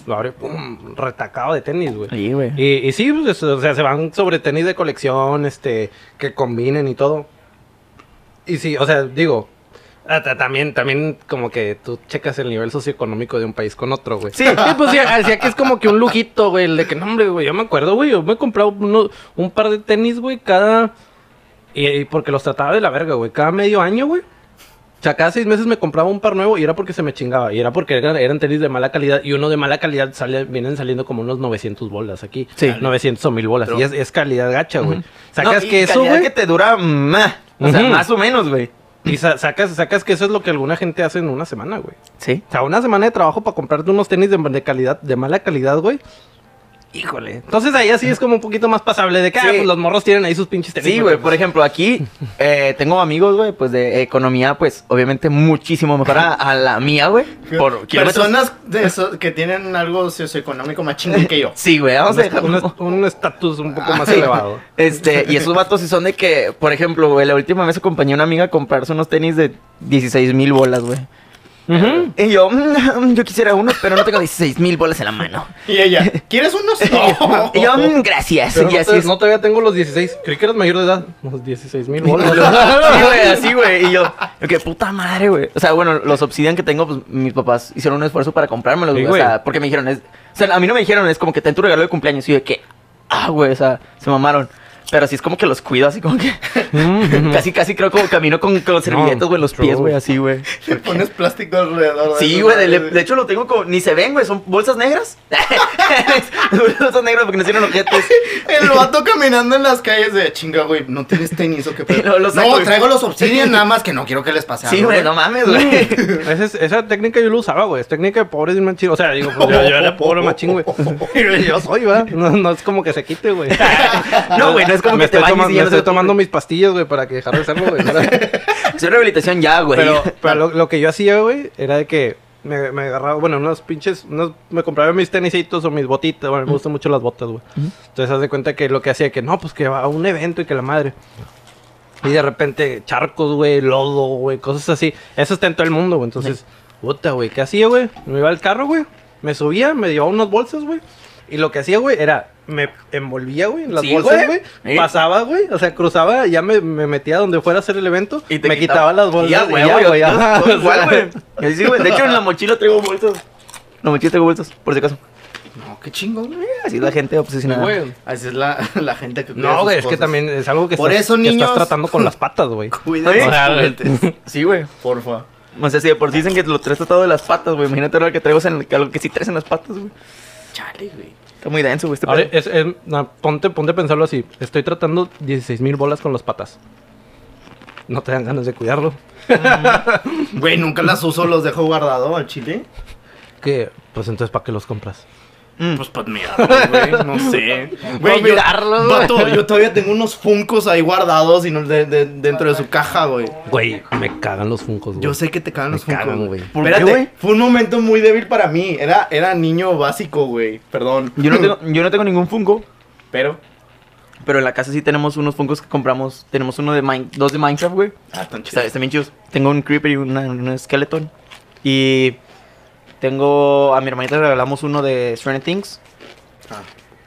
Speaker 2: lo abre, pum, retacado de tenis, güey.
Speaker 3: Sí, güey.
Speaker 2: Y, y sí, pues, o sea, se van sobre tenis de colección, este, que combinen y todo. Y sí, o sea, digo, ah, ta- también, también como que tú checas el nivel socioeconómico de un país con otro, güey. Sí, pues sí, así que es como que un lujito, güey, el de que, no, hombre, güey, yo me acuerdo, güey, yo me he comprado uno- un par de tenis, güey, cada... Y, y porque los trataba de la verga, güey, cada medio año, güey. O sea, cada seis meses me compraba un par nuevo y era porque se me chingaba. Y era porque eran, eran tenis de mala calidad. Y uno de mala calidad sale, vienen saliendo como unos 900 bolas aquí.
Speaker 3: Sí.
Speaker 2: 900 o 1000 bolas.
Speaker 1: Pero-
Speaker 2: Y es, es calidad gacha, güey.
Speaker 3: Ujú.
Speaker 2: Sacas
Speaker 3: No, y
Speaker 2: que eso,
Speaker 3: calidad
Speaker 2: güey.
Speaker 3: que te dura más. O sea,
Speaker 2: Ujú.
Speaker 3: más o menos, güey.
Speaker 2: Y sa- sacas, sacas que eso es lo que alguna gente hace en una semana, güey.
Speaker 3: Sí.
Speaker 2: O sea, una semana de trabajo para comprarte unos tenis de, de calidad, de mala calidad, güey. Híjole. Entonces ahí así es como un poquito más pasable de que ah,
Speaker 3: Sí.
Speaker 2: pues, los morros tienen ahí sus pinches tenis.
Speaker 3: Sí, güey, por ejemplo, aquí eh, tengo amigos, güey, pues de economía, pues obviamente muchísimo mejor a, a la mía, güey.
Speaker 1: tenis.
Speaker 3: Por kilómetros.
Speaker 1: Personas de eso, que tienen algo socioeconómico más chingón que yo.
Speaker 3: Sí, güey, vamos a
Speaker 2: Un est-
Speaker 3: dejar.
Speaker 2: un est- un estatus un poco más
Speaker 3: Sí.
Speaker 2: elevado.
Speaker 3: Este, y esos vatos sí son de que, por ejemplo, güey, la última vez acompañé a una amiga a comprarse unos tenis de 16 mil bolas, güey.
Speaker 2: Ujú.
Speaker 3: Y yo, "Mm, yo quisiera unos, pero no tengo 16 mil bolas en la mano.
Speaker 1: Y ella, ¿quieres unos? No.
Speaker 3: Y yo, "Mm, gracias.
Speaker 2: Pero
Speaker 3: y
Speaker 2: no,
Speaker 3: así
Speaker 2: te-
Speaker 3: es.
Speaker 2: no todavía tengo los 16. Creí que eras mayor de edad. Los 16 mil
Speaker 3: Sí, güey, así, güey. Y yo, yo que puta madre, güey. O sea, bueno, los obsidian que tengo, pues mis papás hicieron un esfuerzo para comprármelos,
Speaker 2: Sí,
Speaker 3: güey. O sea,
Speaker 2: güey.
Speaker 3: porque me dijeron, es, o sea, a mí no me dijeron, es como que ten tu regalo de cumpleaños. Y yo, de que, ah, güey, o sea, se mamaron. Pero sí es como que los cuido, así como que. casi, casi creo como camino con, con servilletas, güey, en los
Speaker 2: true.
Speaker 3: pies, güey, así, güey.
Speaker 1: Le pones plástico alrededor.
Speaker 3: Sí,
Speaker 1: eso, eh.
Speaker 3: güey, de,
Speaker 1: madre,
Speaker 3: de hecho lo tengo como, ni se ven, güey, son bolsas negras. bolsas negras porque no hicieron objetos.
Speaker 1: El vato caminando en las calles de chinga, güey, no tienes tenis o qué pedo?"
Speaker 3: Sí, lo- lo saco,
Speaker 1: no,
Speaker 3: güey.
Speaker 1: traigo los obsidian nada más que no quiero que les pase
Speaker 3: Sí,
Speaker 1: algo.
Speaker 3: güey, no mames, güey.
Speaker 2: Esa, es- esa técnica yo la usaba, güey. Es técnica de pobre de un machín. O sea, digo, pues, yo, yo era pobre machín, güey. Yo soy, ¿verdad? No, no es como que se quite, güey.
Speaker 3: No, güey, no es como
Speaker 2: me
Speaker 3: que te
Speaker 2: estoy
Speaker 3: bañes
Speaker 2: tomando,
Speaker 3: y ya
Speaker 2: me
Speaker 3: no se
Speaker 2: estoy
Speaker 3: te
Speaker 2: tomando
Speaker 3: ocurre.
Speaker 2: mis pastillas, güey, para que dejar de hacerlo, güey.
Speaker 3: Es rehabilitación ya, güey.
Speaker 2: Pero, pero lo, lo que yo hacía, güey, era de que me, me agarraba, bueno, unos pinches, unos, me compraba mis tenisitos o mis botitas, bueno, me gustan mucho las botas, güey. Entonces, haz de cuenta que lo que hacía, que no, pues que va a un evento y que la madre. Y de repente, charcos, güey, lodo, güey, cosas así. Eso está en todo el mundo, güey. Entonces, puta, güey, ¿qué hacía, güey? Me iba al carro, güey, me subía, me llevaba unas bolsas, güey. Y lo que hacía, güey, era, me envolvía, güey, en las
Speaker 3: Sí,
Speaker 2: bolsas,
Speaker 3: güey.
Speaker 2: güey.
Speaker 3: Sí.
Speaker 2: Pasaba, güey, o sea, cruzaba, ya me, me metía donde fuera a hacer el evento.
Speaker 3: Y te
Speaker 2: me quitaba, las bolsas.
Speaker 3: Y ya, güey, ya, güey. ya.
Speaker 2: ajá, o sea,
Speaker 3: Igual, güey. Sí, güey. De hecho, en la mochila traigo bolsas. En la mochila traigo bolsas, por si acaso.
Speaker 1: No, qué chingón, güey.
Speaker 3: Así la gente obsesionada.
Speaker 2: güey.
Speaker 1: Así es la, la gente que cuida
Speaker 2: No,
Speaker 1: sus
Speaker 2: güey, es que
Speaker 1: cosas.
Speaker 2: también es algo que,
Speaker 1: Por
Speaker 2: estás,
Speaker 1: eso,
Speaker 2: que
Speaker 1: niños-
Speaker 2: estás tratando con las patas, güey.
Speaker 1: Cuida
Speaker 3: Sí.
Speaker 1: sus
Speaker 3: O sea,
Speaker 1: juguetes.
Speaker 3: Sí, güey.
Speaker 1: Porfa.
Speaker 3: O sea, si de por sí dicen que lo traes atado de las patas, güey. Imagínate ahora que traigo en algo que sí traes en las patas, güey.
Speaker 1: Chale, güey.
Speaker 3: Está muy denso, güey. Este
Speaker 2: Ahora,
Speaker 3: pedo.
Speaker 2: es- es- na, ponte, ponte a pensarlo así. Estoy tratando 16 mil bolas con las patas. No te dan ganas de cuidarlo.
Speaker 1: Güey, nunca las uso, los dejo guardado al chile.
Speaker 2: Que, pues entonces, ¿para qué los compras?
Speaker 3: Mm.
Speaker 1: Pues para mirarlos, güey, no sé. Güey,
Speaker 3: Pa'
Speaker 1: yo,
Speaker 3: mirarlos,
Speaker 1: vato,
Speaker 3: güey.
Speaker 1: yo todavía tengo unos funcos ahí guardados y no- de- de- dentro de su caja, güey.
Speaker 2: Güey, me cagan los funcos, güey.
Speaker 1: Yo sé que te cagan
Speaker 2: Me
Speaker 1: los funcos,
Speaker 2: cagan,
Speaker 1: güey.
Speaker 2: güey.
Speaker 3: ¿Por qué,
Speaker 1: Espérate,
Speaker 3: güey?
Speaker 1: fue un momento muy débil para mí. Era, era niño básico, güey. Perdón.
Speaker 3: Yo no, tengo, yo no tengo ningún fungo,
Speaker 1: Pero.
Speaker 3: pero en la casa sí tenemos unos fungos que compramos. Tenemos uno de Mine, dos de Minecraft, güey.
Speaker 1: Ah, tan chido.
Speaker 3: Está, están bien chidos. Tengo un creeper y una, un skeleton. Y tengo. A mi hermanita le regalamos uno de Stranger Things.
Speaker 1: Ah.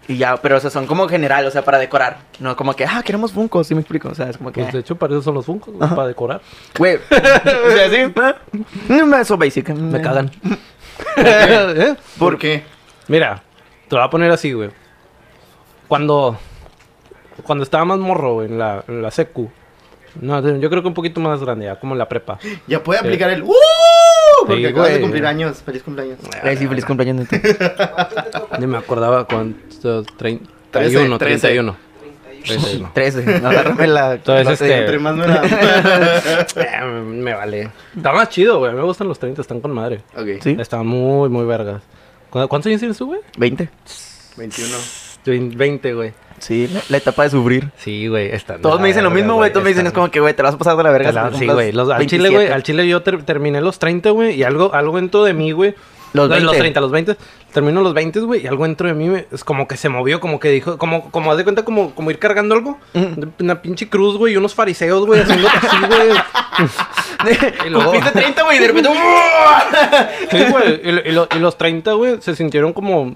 Speaker 3: Y ya, pero o sea, son como general, o sea, para decorar. No como que, ah, queremos Funko, ¿sí me explico? O sea, es como que.
Speaker 2: Pues de hecho, para eso son los funcos, güey,
Speaker 3: Ajá.
Speaker 2: para decorar.
Speaker 3: Güey. o sea, sí. No, eso basic.
Speaker 2: Me cagan. ¿Eh?
Speaker 1: ¿Por qué?
Speaker 2: Mira, te lo voy a poner así, güey. Cuando. Cuando estaba más morro, güey, en la, en la secu. No, yo creo que un poquito más grande, ya, como en la prepa.
Speaker 1: Ya puede
Speaker 2: Sí.
Speaker 1: aplicar el. ¡Uh! Porque
Speaker 2: Sí,
Speaker 1: acabas de
Speaker 2: güey.
Speaker 1: cumplir años. Feliz cumpleaños.
Speaker 3: Ay, sí, feliz cumpleaños, neta.
Speaker 2: Ni me acordaba cuánto. trein-
Speaker 1: Trece,
Speaker 2: 31,
Speaker 1: trece.
Speaker 2: 31. 31.
Speaker 3: 13. Agárrame la.
Speaker 2: Entonces,
Speaker 3: la-
Speaker 2: este-
Speaker 1: Entre más me la.
Speaker 2: Eh, me vale. Está más chido, güey. Me gustan los 30, están con madre.
Speaker 1: ok.
Speaker 3: Sí,
Speaker 2: Están muy, muy vergas. ¿Cu- ¿Cuántos años tienes tú, güey?
Speaker 3: 20.
Speaker 1: 21.
Speaker 2: Vein- 20, güey.
Speaker 3: Sí, la, la etapa de sufrir.
Speaker 2: Sí, güey, están.
Speaker 3: Todos me dicen lo mismo, güey. Todos me dicen, es como que, güey, te la vas a pasar de la verga.
Speaker 2: Te la-
Speaker 3: hasta que
Speaker 2: sí,
Speaker 3: cumplas
Speaker 2: güey. los- Al chile,
Speaker 3: 27.
Speaker 2: güey. Al chile yo ter- terminé los 30, güey. Y algo, algo dentro de mí, güey.
Speaker 3: Los
Speaker 2: Los,
Speaker 3: 20.
Speaker 2: 30, los 20. Termino los 20, güey, y algo dentro de mí me- es como que se movió, como que dijo, como, como haz de cuenta, como, como ir cargando algo.
Speaker 3: Ujú.
Speaker 2: Una pinche cruz, güey, y unos fariseos, güey, haciendo así, güey. Y luego-
Speaker 3: Cumpliste 30, güey, y de repente. ¡oh!
Speaker 2: Sí, güey. Y, lo- y lo- y los 30, güey, se sintieron como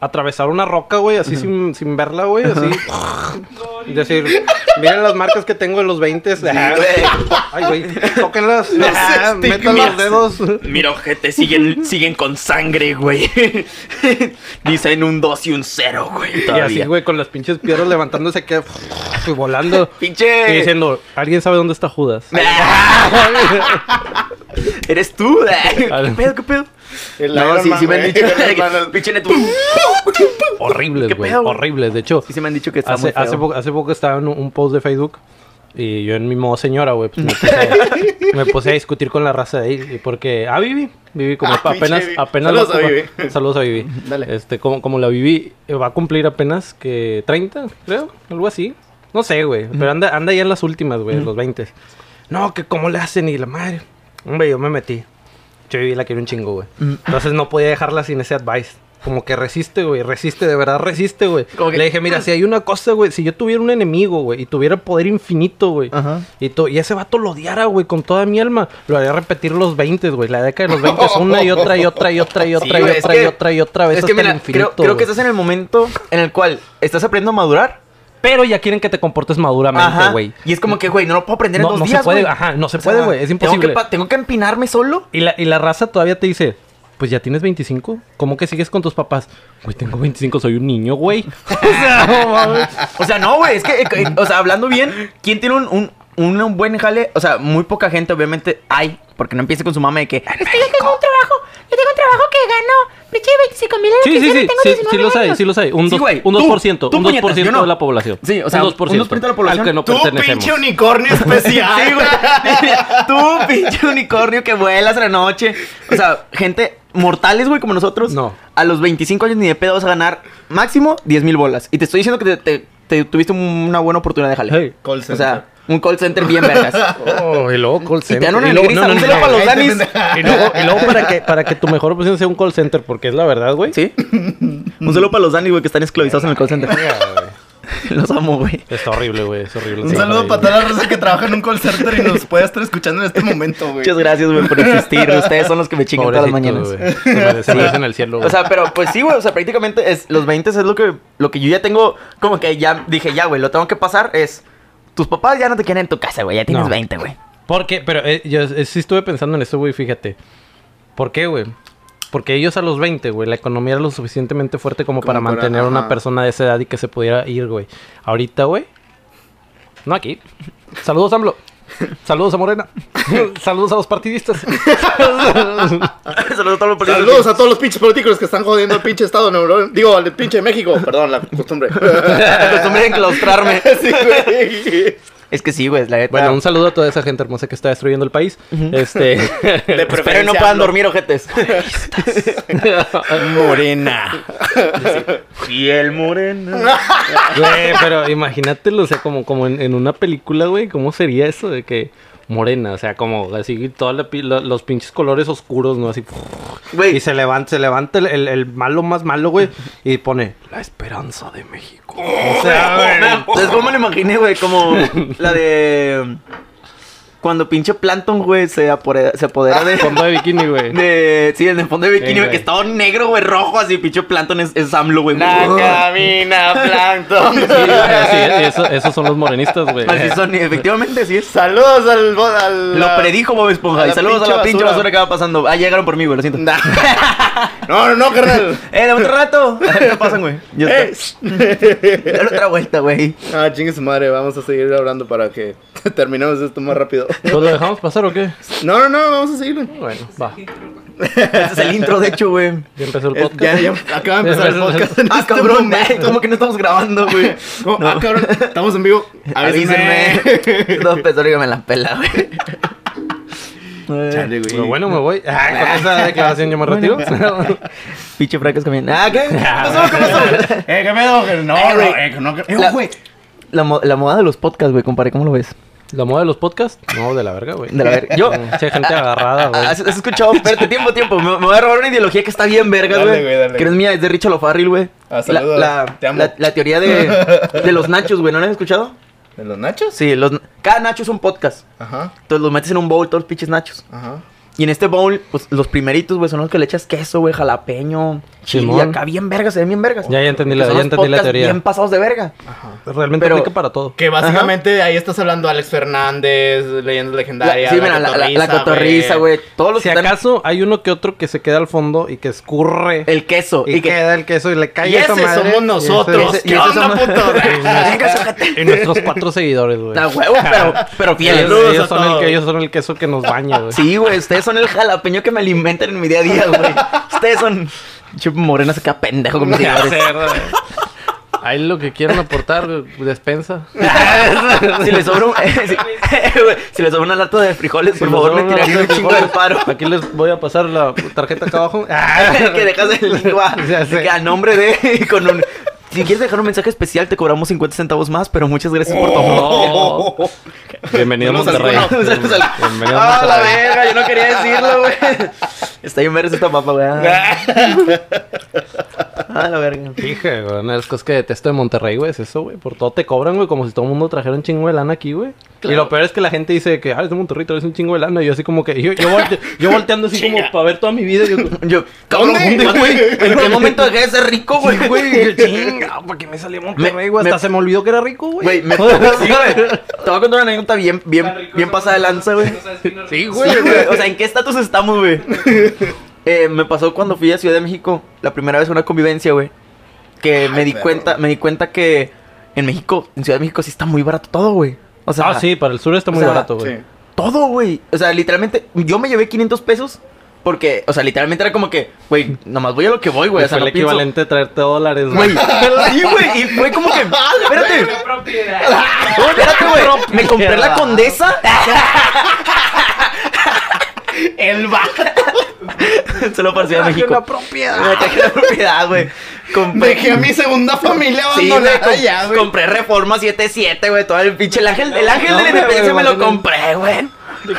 Speaker 2: atravesar una roca, güey, así sin, sin verla, güey, así. Y decir, miren las marcas que tengo de los 20. Ah, Ay, güey, tóquenlas. Ah, metan los dedos.
Speaker 3: Mira, ojete, siguen, siguen con sangre, güey. Dicen un 2 y un 0, güey.
Speaker 2: Y así,
Speaker 3: Todavía.
Speaker 2: güey, con las pinches piedras levantándose que y volando. Y
Speaker 3: Pinche.
Speaker 2: diciendo, ¿alguien sabe dónde está Judas?
Speaker 3: Eres tú, ¿Qué pedo, qué pedo?
Speaker 1: El
Speaker 3: no,
Speaker 1: Iron
Speaker 3: sí,
Speaker 1: Man,
Speaker 3: sí me han
Speaker 1: güey.
Speaker 3: dicho.
Speaker 1: El Iron Man,
Speaker 3: Pinche Neto. ¿Qué
Speaker 2: horribles, güey.
Speaker 3: pedo, güey?
Speaker 2: Horribles. De hecho,
Speaker 3: Sí, se me han dicho que está muy
Speaker 2: hace,
Speaker 3: feo.
Speaker 2: hace, poco, hace poco estaba en un, un post de Facebook y yo en mi modo señora, güey, pues me puse, me puse a discutir con la raza de ahí porque... Ah, Vivi. Vivi, como
Speaker 1: Ah,
Speaker 2: pa-
Speaker 1: pinche
Speaker 2: apenas...
Speaker 1: Vivi.
Speaker 2: apenas
Speaker 1: Saludos
Speaker 2: la-
Speaker 1: a Vivi.
Speaker 2: Saludos a Vivi.
Speaker 1: Dale.
Speaker 2: Este, como, como la Vivi eh, va a cumplir apenas que 30, creo, algo así. No sé, güey. Pero anda, anda ya en las últimas, güey, los 20. No, que cómo le hacen y la madre. Hombre, yo me metí. Yo viví la quiero un chingo, güey. Entonces no podía dejarla sin ese advice. Como que resiste, güey. Resiste, de verdad resiste, güey.
Speaker 3: Como que-
Speaker 2: Le dije, mira, si hay una cosa, güey. Si yo tuviera un enemigo, güey. Y tuviera poder infinito, güey.
Speaker 3: Ajá.
Speaker 2: Y, to- y ese vato lo odiara, güey, con toda mi alma. Lo haría repetir los 20, güey. La década de los 20 es una y otra y otra y otra y otra y
Speaker 3: güey, es
Speaker 2: otra y
Speaker 3: que-
Speaker 2: otra y otra vez
Speaker 3: Es que
Speaker 2: hasta el
Speaker 3: mira,
Speaker 2: infinito.
Speaker 3: creo, creo
Speaker 2: güey.
Speaker 3: que estás en el momento en el cual estás aprendiendo a madurar.
Speaker 2: Pero ya quieren que te comportes maduramente,
Speaker 3: Ajá.
Speaker 2: güey.
Speaker 3: Y es como que, güey, no lo puedo aprender
Speaker 2: No,
Speaker 3: en dos
Speaker 2: no se
Speaker 3: días,
Speaker 2: puede,
Speaker 3: güey.
Speaker 2: ajá, no se
Speaker 3: O sea,
Speaker 2: puede, güey, es
Speaker 3: Tengo que,
Speaker 2: imposible.
Speaker 3: pa- tengo que empinarme solo.
Speaker 2: Y la, y la raza todavía te dice, pues ya tienes 25, ¿cómo que sigues con tus papás? Güey, tengo 25, soy un niño, güey. o sea, no mames.
Speaker 3: O sea, no, güey, es que, eh, eh, o sea, hablando bien, ¿quién tiene un, un, un- un buen jale? O sea, muy poca gente, obviamente, hay, porque no empiece con su mamá de que, es que yo tengo un trabajo, yo tengo un trabajo que gano, pinche 25 mil
Speaker 2: Sí, sí, sí, sí, sí los hay, sí los hay. Un,
Speaker 3: Sí,
Speaker 2: dos-
Speaker 3: güey,
Speaker 2: un
Speaker 3: tú,
Speaker 2: 2%,
Speaker 3: tú,
Speaker 2: un
Speaker 3: puñetas,
Speaker 2: 2%
Speaker 3: yo no.
Speaker 2: de la población.
Speaker 3: Sí, o sea,
Speaker 2: un
Speaker 3: un 2% de la población.
Speaker 2: Al que no
Speaker 1: Tú,
Speaker 2: pertenecemos.
Speaker 1: pinche unicornio especial.
Speaker 3: Sí, güey. Tú, pinche unicornio que vuelas a la noche. O sea, gente mortales, güey, como nosotros.
Speaker 2: No.
Speaker 3: A los 25 años ni de pedo vas a ganar máximo 10 mil bolas. Y te estoy diciendo que te, te- te tuviste un- una buena oportunidad de jale.
Speaker 2: Hey.
Speaker 1: Call
Speaker 3: O
Speaker 1: center.
Speaker 3: sea, un call center bien vergas.
Speaker 2: Oh, y luego call
Speaker 3: y te
Speaker 2: center.
Speaker 3: dan una
Speaker 2: luego-
Speaker 3: alegría.
Speaker 2: no, no,
Speaker 3: un
Speaker 2: no,
Speaker 3: saludo
Speaker 2: no.
Speaker 3: para los
Speaker 1: Ahí
Speaker 3: danis.
Speaker 1: te pendeja.
Speaker 2: Y luego, y luego para, que, para que tu mejor opción sea un call center, porque es la verdad, güey.
Speaker 3: ¿Sí? Un saludo para los danis, güey, que están esclavizados en el call center. los amo, güey.
Speaker 2: Está horrible, güey. Es horrible.
Speaker 1: Un
Speaker 2: Sí,
Speaker 1: saludo para
Speaker 2: horrible.
Speaker 1: toda la raza que trabaja en un call center y nos puede estar escuchando en este momento, güey.
Speaker 3: Muchas gracias, güey, por existir. Ustedes son los que me chingan todas las mañanas.
Speaker 2: Pobrecitos, güey. Se merecen- se merecen el cielo,
Speaker 3: O sea, pero pues sí, güey. O sea, prácticamente es, los 20 es lo que, lo que yo ya tengo. Como que ya dije, ya, güey, lo tengo que pasar. Es. Tus papás ya no te quieren en tu casa, güey. Ya tienes
Speaker 2: No.
Speaker 3: 20, güey.
Speaker 2: Porque, pero eh, yo eh, sí estuve pensando en esto, güey, fíjate. ¿Por qué, güey? Porque ellos a los 20, güey, la economía era lo suficientemente fuerte como,
Speaker 1: Como
Speaker 2: para
Speaker 1: para-
Speaker 2: mantener a una
Speaker 1: ajá.
Speaker 2: persona de esa edad y que se pudiera ir, güey. Ahorita, güey. No aquí. Saludos, AMLO. Saludos a Morena. Saludos a los partidistas.
Speaker 3: Saludos a todos los políticos.
Speaker 1: Saludos a todos los pinches políticos que están jodiendo al pinche Estado, no, digo, al pinche México. Perdón, la costumbre.
Speaker 3: Acostumbré a enclaustrarme.
Speaker 1: sí, güey.
Speaker 3: Es que sí, güey, la neta.
Speaker 2: bueno, un saludo a toda esa gente hermosa que está destruyendo el país. Este.
Speaker 1: De
Speaker 3: Espero y no puedan dormir, ojetes. morena. Y el morena.
Speaker 2: Güey, pero imagínatelo, o sea, como, como en, en una película, güey, ¿cómo sería eso de que morena? O sea, como así, todos los pinches colores oscuros, ¿no? Así,
Speaker 3: Güey.
Speaker 2: y se levanta, se levanta el, el- el malo más malo, güey, y pone la esperanza de México. O sea, güey.
Speaker 3: Entonces, ¿cómo me lo imaginé, güey? Como la de. Cuando pinche Planton, güey, se apodera, se apodera de.
Speaker 2: Fondo de bikini, güey.
Speaker 3: De, sí, en el fondo de bikini,
Speaker 2: Sí,
Speaker 3: güey,
Speaker 2: güey.
Speaker 3: que está todo negro, güey, rojo, así, pinche Planton es, es AMLO, güey.
Speaker 1: camina,
Speaker 2: Sí, güey, sí, eso- esos son los morenistas, güey.
Speaker 3: Así son, y efectivamente, sí es.
Speaker 1: Saludos al. bo- al
Speaker 3: Lo predijo Bob Esponja.
Speaker 1: a
Speaker 3: Y
Speaker 1: la
Speaker 3: saludos a la
Speaker 1: pinche
Speaker 3: pinche
Speaker 1: basura.
Speaker 3: basura que va pasando. Ah, llegaron por mí, güey, lo siento.
Speaker 1: Nah. No, no, no, carnal.
Speaker 3: ¡Eh, dame otro rato! ¿Qué pasan, güey? Ya
Speaker 1: Eh.
Speaker 3: está. Dale otra vuelta, güey.
Speaker 1: Ah, chingue su madre, vamos a seguir hablando para que terminemos esto más rápido.
Speaker 2: ¿Pues lo dejamos pasar o qué?
Speaker 1: No, no, no, vamos a seguirlo.
Speaker 2: Bueno, va.
Speaker 3: Ese Este es el intro, de hecho, güey.
Speaker 2: Ya empezó el
Speaker 1: Es-
Speaker 2: podcast.
Speaker 1: ya, ya acaba de empezar el podcast. En
Speaker 3: Ah,
Speaker 1: este
Speaker 3: cabrón,
Speaker 1: momento.
Speaker 3: güey. ¿Cómo que no estamos grabando, güey?
Speaker 1: Como, Ah, cabrón, estamos en vivo. Avísenme.
Speaker 3: Avísenme. Dos pesos, que me la pela, güey.
Speaker 1: Chale,
Speaker 2: Pero bueno, me voy. Ah, con esa declaración yo me retiro.
Speaker 3: Pinche fracas también. Ah, ¿qué? ¿Qué pasó? ¿Qué pasó?
Speaker 1: Eh, qué pedo, que no,
Speaker 3: Eh, güey.
Speaker 1: eh, que no, que- eh,
Speaker 3: La-
Speaker 1: güey.
Speaker 3: La, mo- la moda de los podcasts, güey, compadre, ¿cómo lo ves?
Speaker 2: ¿Lo mueve los podcasts? No, de la verga, güey.
Speaker 3: De la verga. Yo-
Speaker 2: Sí, hay gente agarrada, güey.
Speaker 3: Ah, ¿Has, has escuchado? Espérate, tiempo, tiempo. Me, me voy a robar una ideología que está bien verga,
Speaker 1: Dale,
Speaker 3: güey.
Speaker 1: güey, dale.
Speaker 3: Que no es mía, es de Richard O'Farrill, güey.
Speaker 1: Ah,
Speaker 3: la,
Speaker 1: saludos.
Speaker 3: la-
Speaker 1: Te amo.
Speaker 3: la- la teoría de, de los nachos, güey. ¿No la has escuchado?
Speaker 1: ¿De los nachos?
Speaker 3: Sí, los, cada nacho es un podcast.
Speaker 1: Ajá,
Speaker 3: Entonces los metes en un bowl, todos los pinches nachos.
Speaker 1: ajá.
Speaker 3: Y en este bowl, pues los primeritos, güey, son los que le echas queso, güey, jalapeño, chile.
Speaker 2: Simón.
Speaker 3: Y acá bien vergas, se ven bien vergas.
Speaker 2: Ya, ya entendí
Speaker 3: Que
Speaker 2: la-
Speaker 3: son
Speaker 2: ya
Speaker 3: los
Speaker 2: entendí la
Speaker 3: podcasts
Speaker 2: teoría.
Speaker 3: Bien pasados de verga.
Speaker 2: Realmente
Speaker 3: Pero-
Speaker 2: aplica para todo.
Speaker 1: Que básicamente ahí estás hablando Alex Fernández, leyendas legendarias.
Speaker 3: sí, mira, la, la, la cotorriza, güey. Todos los
Speaker 2: Si
Speaker 3: que están-
Speaker 2: acaso hay uno que otro que se queda al fondo y que escurre
Speaker 3: El queso.
Speaker 2: y,
Speaker 3: Y, que.
Speaker 2: queda el queso y le cae
Speaker 1: Y
Speaker 2: esa
Speaker 1: ese
Speaker 2: madre,
Speaker 1: somos
Speaker 2: Y,
Speaker 1: nosotros.
Speaker 2: ese-
Speaker 1: ¿Qué
Speaker 3: y ese
Speaker 1: onda,
Speaker 3: somos-
Speaker 1: puto?
Speaker 3: Venga, sujeta.
Speaker 2: y nuestros cuatro seguidores, güey.
Speaker 3: Da huevo, pero, pero fieles.
Speaker 2: Ellos,
Speaker 1: Saludos
Speaker 2: ellos
Speaker 1: a
Speaker 2: son el
Speaker 1: todos.
Speaker 2: que, ellos son el queso que nos baña, güey.
Speaker 3: Sí, güey, ustedes son el jalapeño que me alimentan en mi día a día, güey. Ustedes son. Chup Morena se queda pendejo con mis seguidores.
Speaker 2: Ahí lo que quieran aportar, güey, despensa.
Speaker 3: si les sobra un. si, güey, si les sobra una lata de frijoles, por
Speaker 2: Si
Speaker 3: favor, me
Speaker 2: nos
Speaker 3: tirarían un
Speaker 2: hablan de
Speaker 3: chingo de
Speaker 2: frijoles,
Speaker 3: paro.
Speaker 2: Aquí les voy a pasar la tarjeta acá abajo.
Speaker 3: que dejas el lingua
Speaker 2: Ya sé.
Speaker 3: que a nombre de y con un si quieres dejar un mensaje especial te cobramos 50 centavos más pero muchas gracias por tu amor
Speaker 2: Oh. Bienvenido a
Speaker 1: Saludos al
Speaker 2: Monterrey.
Speaker 1: culo.
Speaker 3: Saludos al-
Speaker 2: Bienvenido a
Speaker 3: Ah, la
Speaker 2: Monterrey.
Speaker 3: verga, yo no quería decirlo, güey. Está bien verga esta papa, güey. Ah, la verga.
Speaker 2: Dije, güey, una de las cosas que detesto de Monterrey, güey, es eso, güey. Por todo te cobran, güey, como si todo el mundo trajera un chingo de lana aquí, güey. Y lo peor es que la gente dice que, ah, es de Monterrey, traes un chingo de lana. Y yo así como que, yo, yo, volte- yo volteando así como para ver toda mi vida. Yo,
Speaker 3: Yo, cabrón,
Speaker 1: ¿Dónde?
Speaker 3: ¿dónde, güey? ¿En qué momento dejé de ser rico, güey?
Speaker 2: güey, chinga, ¿para qué me salí de Monterrey, güey?
Speaker 3: Me-
Speaker 2: Hasta
Speaker 3: me-
Speaker 2: se me olvidó que era rico, güey. Ah,
Speaker 3: Güey, me... sí, güey. Te voy a contar una anécdota bien, bien, bien pasada de lanza, güey.
Speaker 2: Sí,
Speaker 3: Sí, güey. O sea, ¿en qué estatus estamos, güey? Eh, me pasó cuando fui a Ciudad de México, la primera vez a una convivencia, güey. Que me
Speaker 1: Ay,
Speaker 3: di
Speaker 1: perro.
Speaker 3: cuenta, me di cuenta que en México, en Ciudad de México sí está muy barato todo, güey. O sea,
Speaker 2: Ah, sí, para el sur está
Speaker 3: o
Speaker 2: muy
Speaker 3: sea,
Speaker 2: barato, güey.
Speaker 1: Sí.
Speaker 3: todo, güey. O sea, literalmente, yo me llevé 500 pesos porque, o sea, literalmente era como que, güey, nomás voy a lo que voy, güey. O sea,
Speaker 2: Fue
Speaker 3: no
Speaker 2: el
Speaker 3: pienso.
Speaker 2: equivalente de traerte dólares,
Speaker 3: Güey,
Speaker 2: güey.
Speaker 3: sí, güey, y fue como que, espérate,
Speaker 4: La propiedad.
Speaker 3: No, espérate, güey. Me compré la condesa.
Speaker 1: El va.
Speaker 3: Solo para Ciudad de México.
Speaker 2: una
Speaker 3: Me traje la propiedad, güey. Compré.
Speaker 1: Dejé a mi segunda familia
Speaker 3: Sí, güey,
Speaker 1: abandonada
Speaker 3: com-
Speaker 1: ya, güey.
Speaker 3: compré Reforma 77, güey, todo el pinche el ángel, el ángel
Speaker 2: No,
Speaker 3: de
Speaker 2: güey,
Speaker 3: la independencia me lo
Speaker 2: imagínate.
Speaker 3: compré, güey.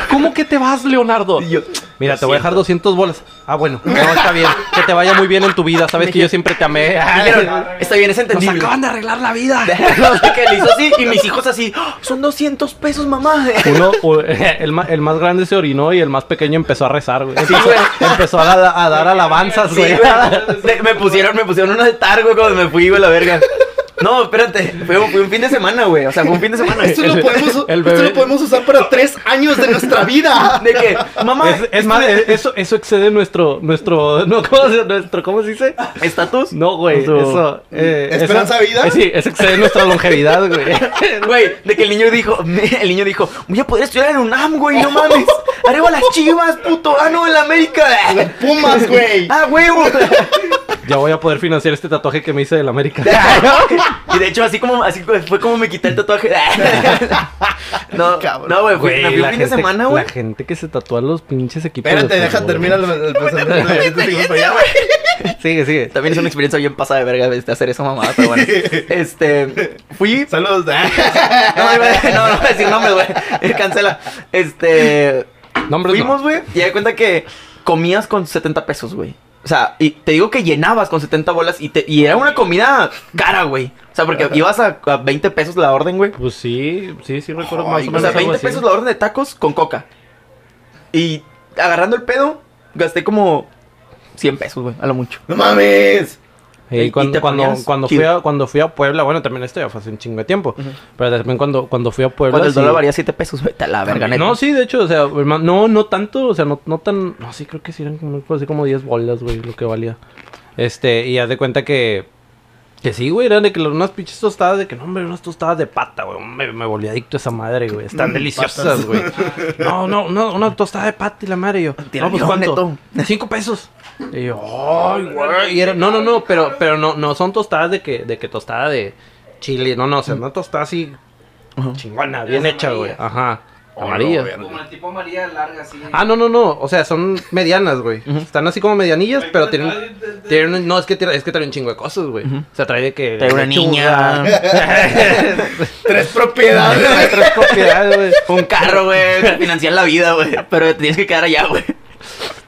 Speaker 2: ¿Cómo que te vas, Leonardo?
Speaker 3: Y yo,
Speaker 2: Mira,
Speaker 3: lo
Speaker 2: te voy a dejar 200 bolas. Ah, bueno, no, está bien. Que te vaya muy bien en tu vida. Sabes que yo siempre te amé.
Speaker 3: Dijeron, está bien, es
Speaker 2: Ah, Nos
Speaker 3: entendible.
Speaker 2: acaban de arreglar la vida.
Speaker 3: No sé qué le hizo así y mis hijos así, "Oh, son 200 pesos, mamá.
Speaker 2: Uno, u- el, ma- el más grande se orinó y el más pequeño empezó a rezar, güey. Empezó,
Speaker 3: güey.
Speaker 2: empezó a, da- a dar alabanzas,
Speaker 3: Sí,
Speaker 2: güey.
Speaker 3: güey. De- me pusieron, me pusieron un altar, güey, cuando me fui, güey, la verga. No, espérate, fue, un- fue un fin de semana, güey, o sea, fue un fin de semana.
Speaker 1: Esto lo, podemos,
Speaker 2: el
Speaker 1: esto
Speaker 2: bebé.
Speaker 1: lo podemos usar para tres años de nuestra vida.
Speaker 3: De que, mamá,
Speaker 2: Es, es más, es- eso, eso excede nuestro, nuestro, no, ¿cómo, se- nuestro, ¿cómo se dice?
Speaker 3: ¿estatus?
Speaker 2: No, güey,
Speaker 3: Nuestro-
Speaker 2: eso. eh,
Speaker 1: ¿Esperanza
Speaker 2: eso-
Speaker 1: de vida?
Speaker 2: eh, sí, eso excede nuestra longevidad, güey.
Speaker 3: Güey, de que el niño dijo, el niño dijo, voy a poder estudiar en UNAM, güey, no mames. Arriba las chivas, puto. Ah, no, en la América.
Speaker 1: Las pumas, güey.
Speaker 3: Ah, huevo.
Speaker 2: Ya voy a poder financiar este tatuaje que me hice del América.
Speaker 3: Y de hecho, así como, así fue como me quité el tatuaje. No,
Speaker 1: Cabrón.
Speaker 3: no, güey, fue
Speaker 2: Güey,
Speaker 3: me fui un fin de semana, güey.
Speaker 2: la gente que se tatúa los pinches equipos. de
Speaker 1: Espérate, deja
Speaker 2: fútbol,
Speaker 1: terminar el, el pensamiento. Ahorita seguimos para allá, güey.
Speaker 2: güey. Sigue, sigue.
Speaker 3: También es una experiencia bien pasada de verga de hacer esa mamada, pero bueno. Este, fui
Speaker 1: Saludos.
Speaker 3: No, no, no, no voy a decir nombres, güey. Eh, Cancela. Este.
Speaker 2: Nombres
Speaker 3: Fuimos,
Speaker 2: no.
Speaker 3: güey. Y me di cuenta que comías con 70 pesos, güey. O sea, y te digo que llenabas con 70 bolas y, te, y era una comida cara, güey. O sea, porque ibas a, a 20 pesos la orden, güey.
Speaker 2: Pues sí, sí, sí recuerdo
Speaker 1: Ay,
Speaker 2: más o
Speaker 3: O
Speaker 2: menos
Speaker 3: sea,
Speaker 2: algo
Speaker 3: 20
Speaker 2: así.
Speaker 3: pesos la orden de tacos con coca. Y agarrando el pedo, gasté como 100 pesos, güey, a lo mucho.
Speaker 1: No mames.
Speaker 2: Y,
Speaker 3: Y
Speaker 2: cuando,
Speaker 3: te
Speaker 2: cuando,
Speaker 3: ponías
Speaker 2: cuando, fui
Speaker 3: chido.
Speaker 2: a, cuando fui a Puebla, bueno, también esto ya fue hace un chingo de tiempo. Pero también cuando, cuando fui a Puebla.
Speaker 3: Cuando el
Speaker 2: sí-
Speaker 3: dólar varía 7 pesos, güey, a la verga, neta.
Speaker 2: No, sí, de hecho, o sea, hermano, no, no tanto, o sea, no, no tan, no, sí, creo que sí eran como, algo así como 10 bolas, güey, lo que valía. Este, y haz de cuenta que, que sí, güey, eran de que las- unas pinches tostadas, de que no, hombre, unas tostadas de pata, güey, hombre, me volví adicto a esa madre, güey, están
Speaker 1: Mm,
Speaker 2: deliciosas,
Speaker 1: patas.
Speaker 2: güey. No, no, no, una tostada de pata y la madre, y yo,
Speaker 3: Tira
Speaker 2: no, pues,
Speaker 3: millón,
Speaker 2: ¿cuánto? Cinco pesos. Y yo, ay, güey, y era, no, no, no, pero, pero no, no, son tostadas de que, de que tostada de chile, no, no, o sea, una tostada así
Speaker 3: Ujú.
Speaker 2: chingona, bien hecha, güey, ajá.
Speaker 3: Amarillas.
Speaker 1: verga.
Speaker 4: Como el tipo María larga, así.
Speaker 2: Ah, no, no, no. O sea, son medianas, güey.
Speaker 3: Ujú.
Speaker 2: Están así como medianillas,
Speaker 4: Ay,
Speaker 2: pero
Speaker 4: pero
Speaker 2: tienen.
Speaker 4: nadie te- te-
Speaker 2: tienen- no, es que, tiene- es que trae un chingo de cosas, güey.
Speaker 3: Ujú.
Speaker 2: O sea, trae de que.
Speaker 3: Trae una
Speaker 2: lechuga,
Speaker 3: niña.
Speaker 1: Tres propiedades.
Speaker 2: trae tres propiedades, güey.
Speaker 3: Un carro, güey. Para financiar la vida, güey. Pero te tienes que quedar allá, güey.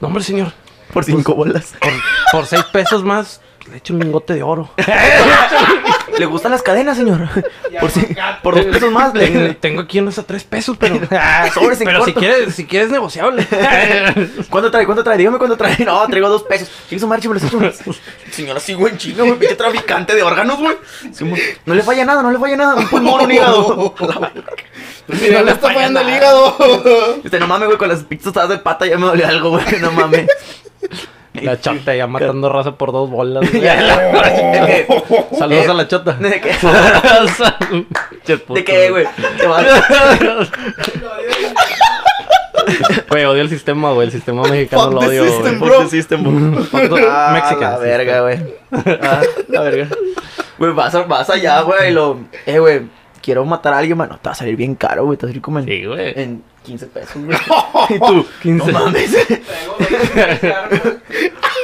Speaker 2: No, hombre, señor.
Speaker 3: Por cinco bolas.
Speaker 2: Por, por seis pesos más, le echo un lingote de oro.
Speaker 3: ¿Le gustan las cadenas, señor?
Speaker 4: Y
Speaker 3: Por, si-
Speaker 4: aguacate.
Speaker 3: por dos pesos más,
Speaker 2: Tengo,
Speaker 3: le.
Speaker 2: tengo aquí unos a tres pesos, pero.
Speaker 3: Ah, Sobres en
Speaker 2: pero si
Speaker 3: corto.
Speaker 2: quieres, si quieres negociable.
Speaker 3: ¿Cuánto trae? ¿Cuánto trae? Dígame cuánto trae. No, traigo dos pesos. Chingue su madre, chico, Señora, sigo en chinga, güey. Pinche traficante de órganos, güey. Sí, mo- No le falla nada, no le falla nada. Un pulmón, un hígado.
Speaker 1: Mira, le está fallando el hígado.
Speaker 3: Este, no mames, güey, con las pizzas tostadas de pata ya me dolió algo, güey. No mames.
Speaker 2: La chota ya matando raza por dos bolas. güey.
Speaker 3: Ya, la- ahora sí, de que-
Speaker 2: Saludos
Speaker 3: Eh,
Speaker 2: a la chota.
Speaker 3: ¿De qué?
Speaker 2: Che, puto,
Speaker 3: ¿De qué, güey? Te vas-
Speaker 2: Güey, odio el sistema, güey. El sistema mexicano
Speaker 1: Fuck
Speaker 2: lo
Speaker 1: the
Speaker 2: odio. güey.
Speaker 1: system,
Speaker 3: Fuck
Speaker 1: bro.
Speaker 3: the system, bro.
Speaker 2: Fuck the-
Speaker 3: Ah,
Speaker 2: Mexican
Speaker 3: La
Speaker 2: system.
Speaker 3: verga, güey. Ah, la verga. Güey, vas, a- vas allá, güey. y Lo... Eh, güey, quiero matar a alguien, mano. Te va a salir bien caro, güey. Te va a salir como en,
Speaker 2: Sí, güey.
Speaker 3: en 15 pesos, güey. y tú,
Speaker 2: 15.
Speaker 3: no mames.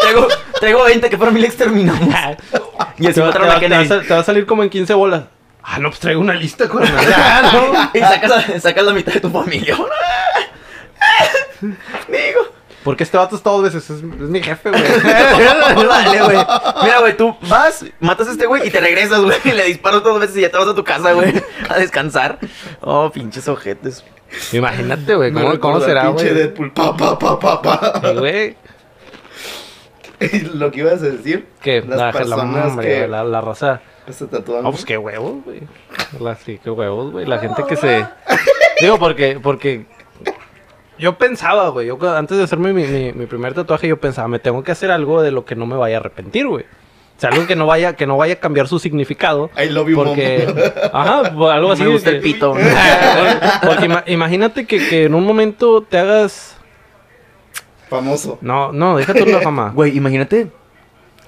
Speaker 4: Traigo veinte armas.
Speaker 3: traigo, traigo 20 que para mí le exterminamos. y así
Speaker 2: Te va- te va-
Speaker 3: mataron a
Speaker 2: te va a
Speaker 3: Kennedy.
Speaker 2: sal- te va a salir como en 15 bolas. Ah, no, pues traigo una lista con la
Speaker 3: Y sacas, sacas la mitad de tu familia. Digo.
Speaker 2: Porque este vato es todas veces. Es, es mi jefe, güey.
Speaker 3: Dale, güey. Mira, güey, tú vas, matas a este güey y te regresas, güey. Y le disparas dos veces y ya te vas a tu casa, güey. A descansar. Oh, pinches ojetes.
Speaker 2: Imagínate, güey.
Speaker 1: Me
Speaker 2: ¿Cómo,
Speaker 1: recuerda
Speaker 2: cómo
Speaker 1: al
Speaker 2: será,
Speaker 1: pinche
Speaker 2: güey?
Speaker 1: Deadpool. Pa, pa, pa, pa, pa.
Speaker 2: Sí, güey.
Speaker 1: Lo que ibas a decir.
Speaker 2: Que
Speaker 1: las
Speaker 2: la, la,
Speaker 1: personas
Speaker 2: hombre,
Speaker 1: que este
Speaker 2: la, la raza.
Speaker 1: se tatúan.
Speaker 2: Ah, pues qué huevos, güey. La- sí, qué huevos, güey. La gente que se. Digo, porque. porque yo pensaba, güey. Yo cu- antes de hacerme mi, mi- mi primer tatuaje, yo pensaba, me tengo que hacer algo de lo que no me vaya a arrepentir, güey. O sea, algo que no vaya, que no vaya a cambiar su significado.
Speaker 1: I love you,
Speaker 2: porque.
Speaker 1: mom.
Speaker 2: Ajá, pues, algo así.
Speaker 3: Me gusta
Speaker 2: que-
Speaker 3: el pito.
Speaker 2: porque ima- imagínate que, que en un momento te hagas.
Speaker 1: Famoso.
Speaker 2: No, no, déjate una fama.
Speaker 3: Güey, imagínate.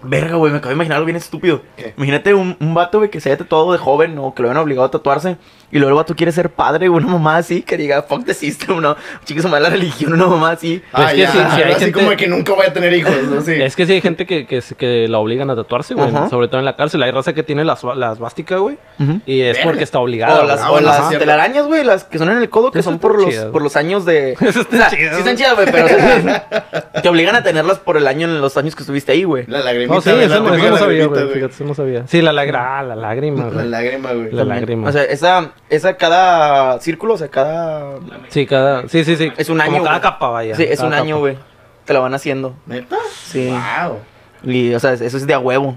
Speaker 3: Verga, güey, me acabo de imaginar algo bien estúpido.
Speaker 1: ¿Qué?
Speaker 3: Imagínate un, un vato, güey, que se haya tatuado de joven o que lo hayan obligado a tatuarse. Y luego el vato quiere ser padre, una mamá así, que diga, fuck the system, no. Chicos, mala religión, una mamá así.
Speaker 1: Ah,
Speaker 2: que
Speaker 1: ya,
Speaker 2: si- si hay
Speaker 1: así
Speaker 2: gente-
Speaker 1: como que nunca voy a tener hijos, así.
Speaker 2: Es que sí hay gente que, que, se- que la obligan a tatuarse, güey.
Speaker 3: Ajá.
Speaker 2: Sobre todo en la cárcel. Hay raza que tiene las las vásticas, güey.
Speaker 3: Ujú.
Speaker 2: Y es
Speaker 1: Verga.
Speaker 2: porque está obligada.
Speaker 3: O las,
Speaker 1: Ah,
Speaker 3: o
Speaker 1: bueno,
Speaker 3: las
Speaker 1: sí es cierto.
Speaker 3: telarañas, güey, las que son en el codo, que
Speaker 2: Eso
Speaker 3: son
Speaker 2: está
Speaker 3: por los,
Speaker 2: chido.
Speaker 3: por los años de.
Speaker 2: Eso está
Speaker 3: O sea,
Speaker 2: chido.
Speaker 3: Sí, están chidas, güey, pero o sea, te obligan a tenerlas por el año en los años que estuviste ahí, güey.
Speaker 1: La
Speaker 2: No,
Speaker 1: lagrimita.
Speaker 2: sí,
Speaker 1: güey,
Speaker 2: eso,
Speaker 1: la
Speaker 2: no, eso
Speaker 1: típica
Speaker 2: no sabía,
Speaker 1: lagrimita,
Speaker 2: güey. Fíjate, eso no sabía. Sí, la lágrima. Ah, la lágrima,
Speaker 1: La
Speaker 2: güey.
Speaker 1: lágrima, güey.
Speaker 2: La lágrima.
Speaker 3: O sea, esa, esa cada círculo, o sea, cada.
Speaker 2: sí, cada. Sí, sí, sí.
Speaker 3: Es un
Speaker 2: Como
Speaker 3: año,
Speaker 2: cada
Speaker 3: güey.
Speaker 2: capa, vaya.
Speaker 3: Sí, es
Speaker 2: cada
Speaker 3: un año,
Speaker 2: capa.
Speaker 3: güey. Te la van haciendo.
Speaker 1: ¿Neta?
Speaker 3: Sí.
Speaker 1: Wow.
Speaker 3: Y, o sea, eso es de a huevo.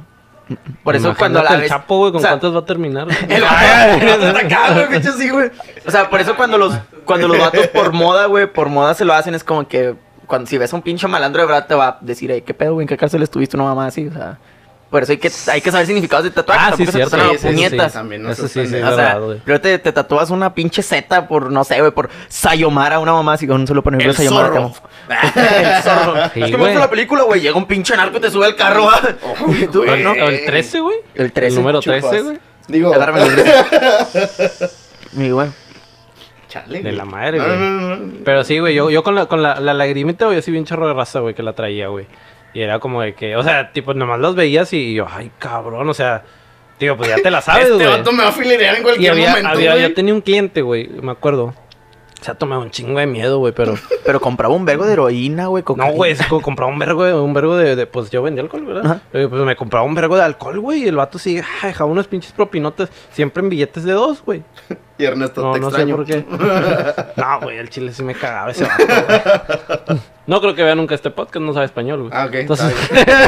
Speaker 3: Por eso
Speaker 2: Imagínate
Speaker 3: cuando la
Speaker 2: El
Speaker 3: ves-
Speaker 2: chapo, güey, ¿con
Speaker 3: o sea,
Speaker 2: cuántas va a terminar? güey?
Speaker 3: El vato está acá, güey, pinche así, güey. O sea, por eso cuando los, cuando los vatos por moda, güey, por moda se lo hacen, es como que cuando si ves a un pinche malandro de verdad te va a decir, "Ey, ¿qué pedo, güey? ¿En qué cárcel estuviste una mamá así? O sea, por eso hay que, hay que saber significados de tatuajes.
Speaker 2: Ah, sí,
Speaker 3: tampoco se
Speaker 2: cierto. Sí,
Speaker 3: pasan a las
Speaker 2: sí, sí,
Speaker 3: puñetas.
Speaker 1: sí, también, no
Speaker 2: Eso
Speaker 1: seas
Speaker 2: sí, sí, es
Speaker 1: pendejo.
Speaker 3: O sea,
Speaker 2: verdad, güey.
Speaker 3: pero te, te tatúas una pinche Z por, no sé, güey, por Sayomara, una mamá así, con un solo por ejemplo,
Speaker 1: El
Speaker 3: Sayomara. te
Speaker 1: zorro.
Speaker 3: amo. El zorro.
Speaker 2: Sí,
Speaker 3: es que me
Speaker 2: güey.
Speaker 3: gusta la película, güey, llega un pinche narco y te sube el carro, ¿va? Y tú,
Speaker 1: güey. eh,
Speaker 3: ¿no?
Speaker 2: O El 13, güey.
Speaker 3: El 13,
Speaker 2: El número
Speaker 1: chupas.
Speaker 2: 13, güey.
Speaker 1: Digo,
Speaker 3: Agárrame el brazo. Y, güey.
Speaker 1: chale.
Speaker 2: De la
Speaker 1: güey.
Speaker 2: madre,
Speaker 1: No,
Speaker 2: güey.
Speaker 1: no, no, no.
Speaker 2: Pero sí, güey, yo, yo con la, con la, la lagrimita, güey, yo sí vi un chorro de raza, güey, que la traía, güey. Y era como de que, o sea, tipo, nomás los veías y yo, ay, cabrón, o sea, digo, pues ya te la sabes, güey.
Speaker 1: Este vato me va a filerear en
Speaker 2: Y
Speaker 1: cualquier
Speaker 2: había,
Speaker 1: momento,
Speaker 2: había-
Speaker 1: güey.
Speaker 2: yo tenía un cliente, güey, me acuerdo. Se ha tomado un chingo de miedo, güey, pero...
Speaker 3: Pero compraba un vergo de heroína, güey.
Speaker 2: No,
Speaker 3: cocaína.
Speaker 2: güey, se co- compraba un vergo, de, un vergo de, de- Pues yo vendía alcohol, ¿verdad?
Speaker 3: Ajá.
Speaker 2: Eh, Pues me compraba un vergo de alcohol, güey, y el vato sí, ah, dejaba unos pinches propinotas, siempre en billetes de dos, güey.
Speaker 1: Y Ernesto,
Speaker 2: No,
Speaker 1: te
Speaker 2: no sé
Speaker 1: extraño.
Speaker 2: por qué. No, güey, el chile sí me cagaba ese vato, güey. No creo que vea nunca este podcast, no sabe español, güey.
Speaker 1: Ah, ok,
Speaker 2: Entonces,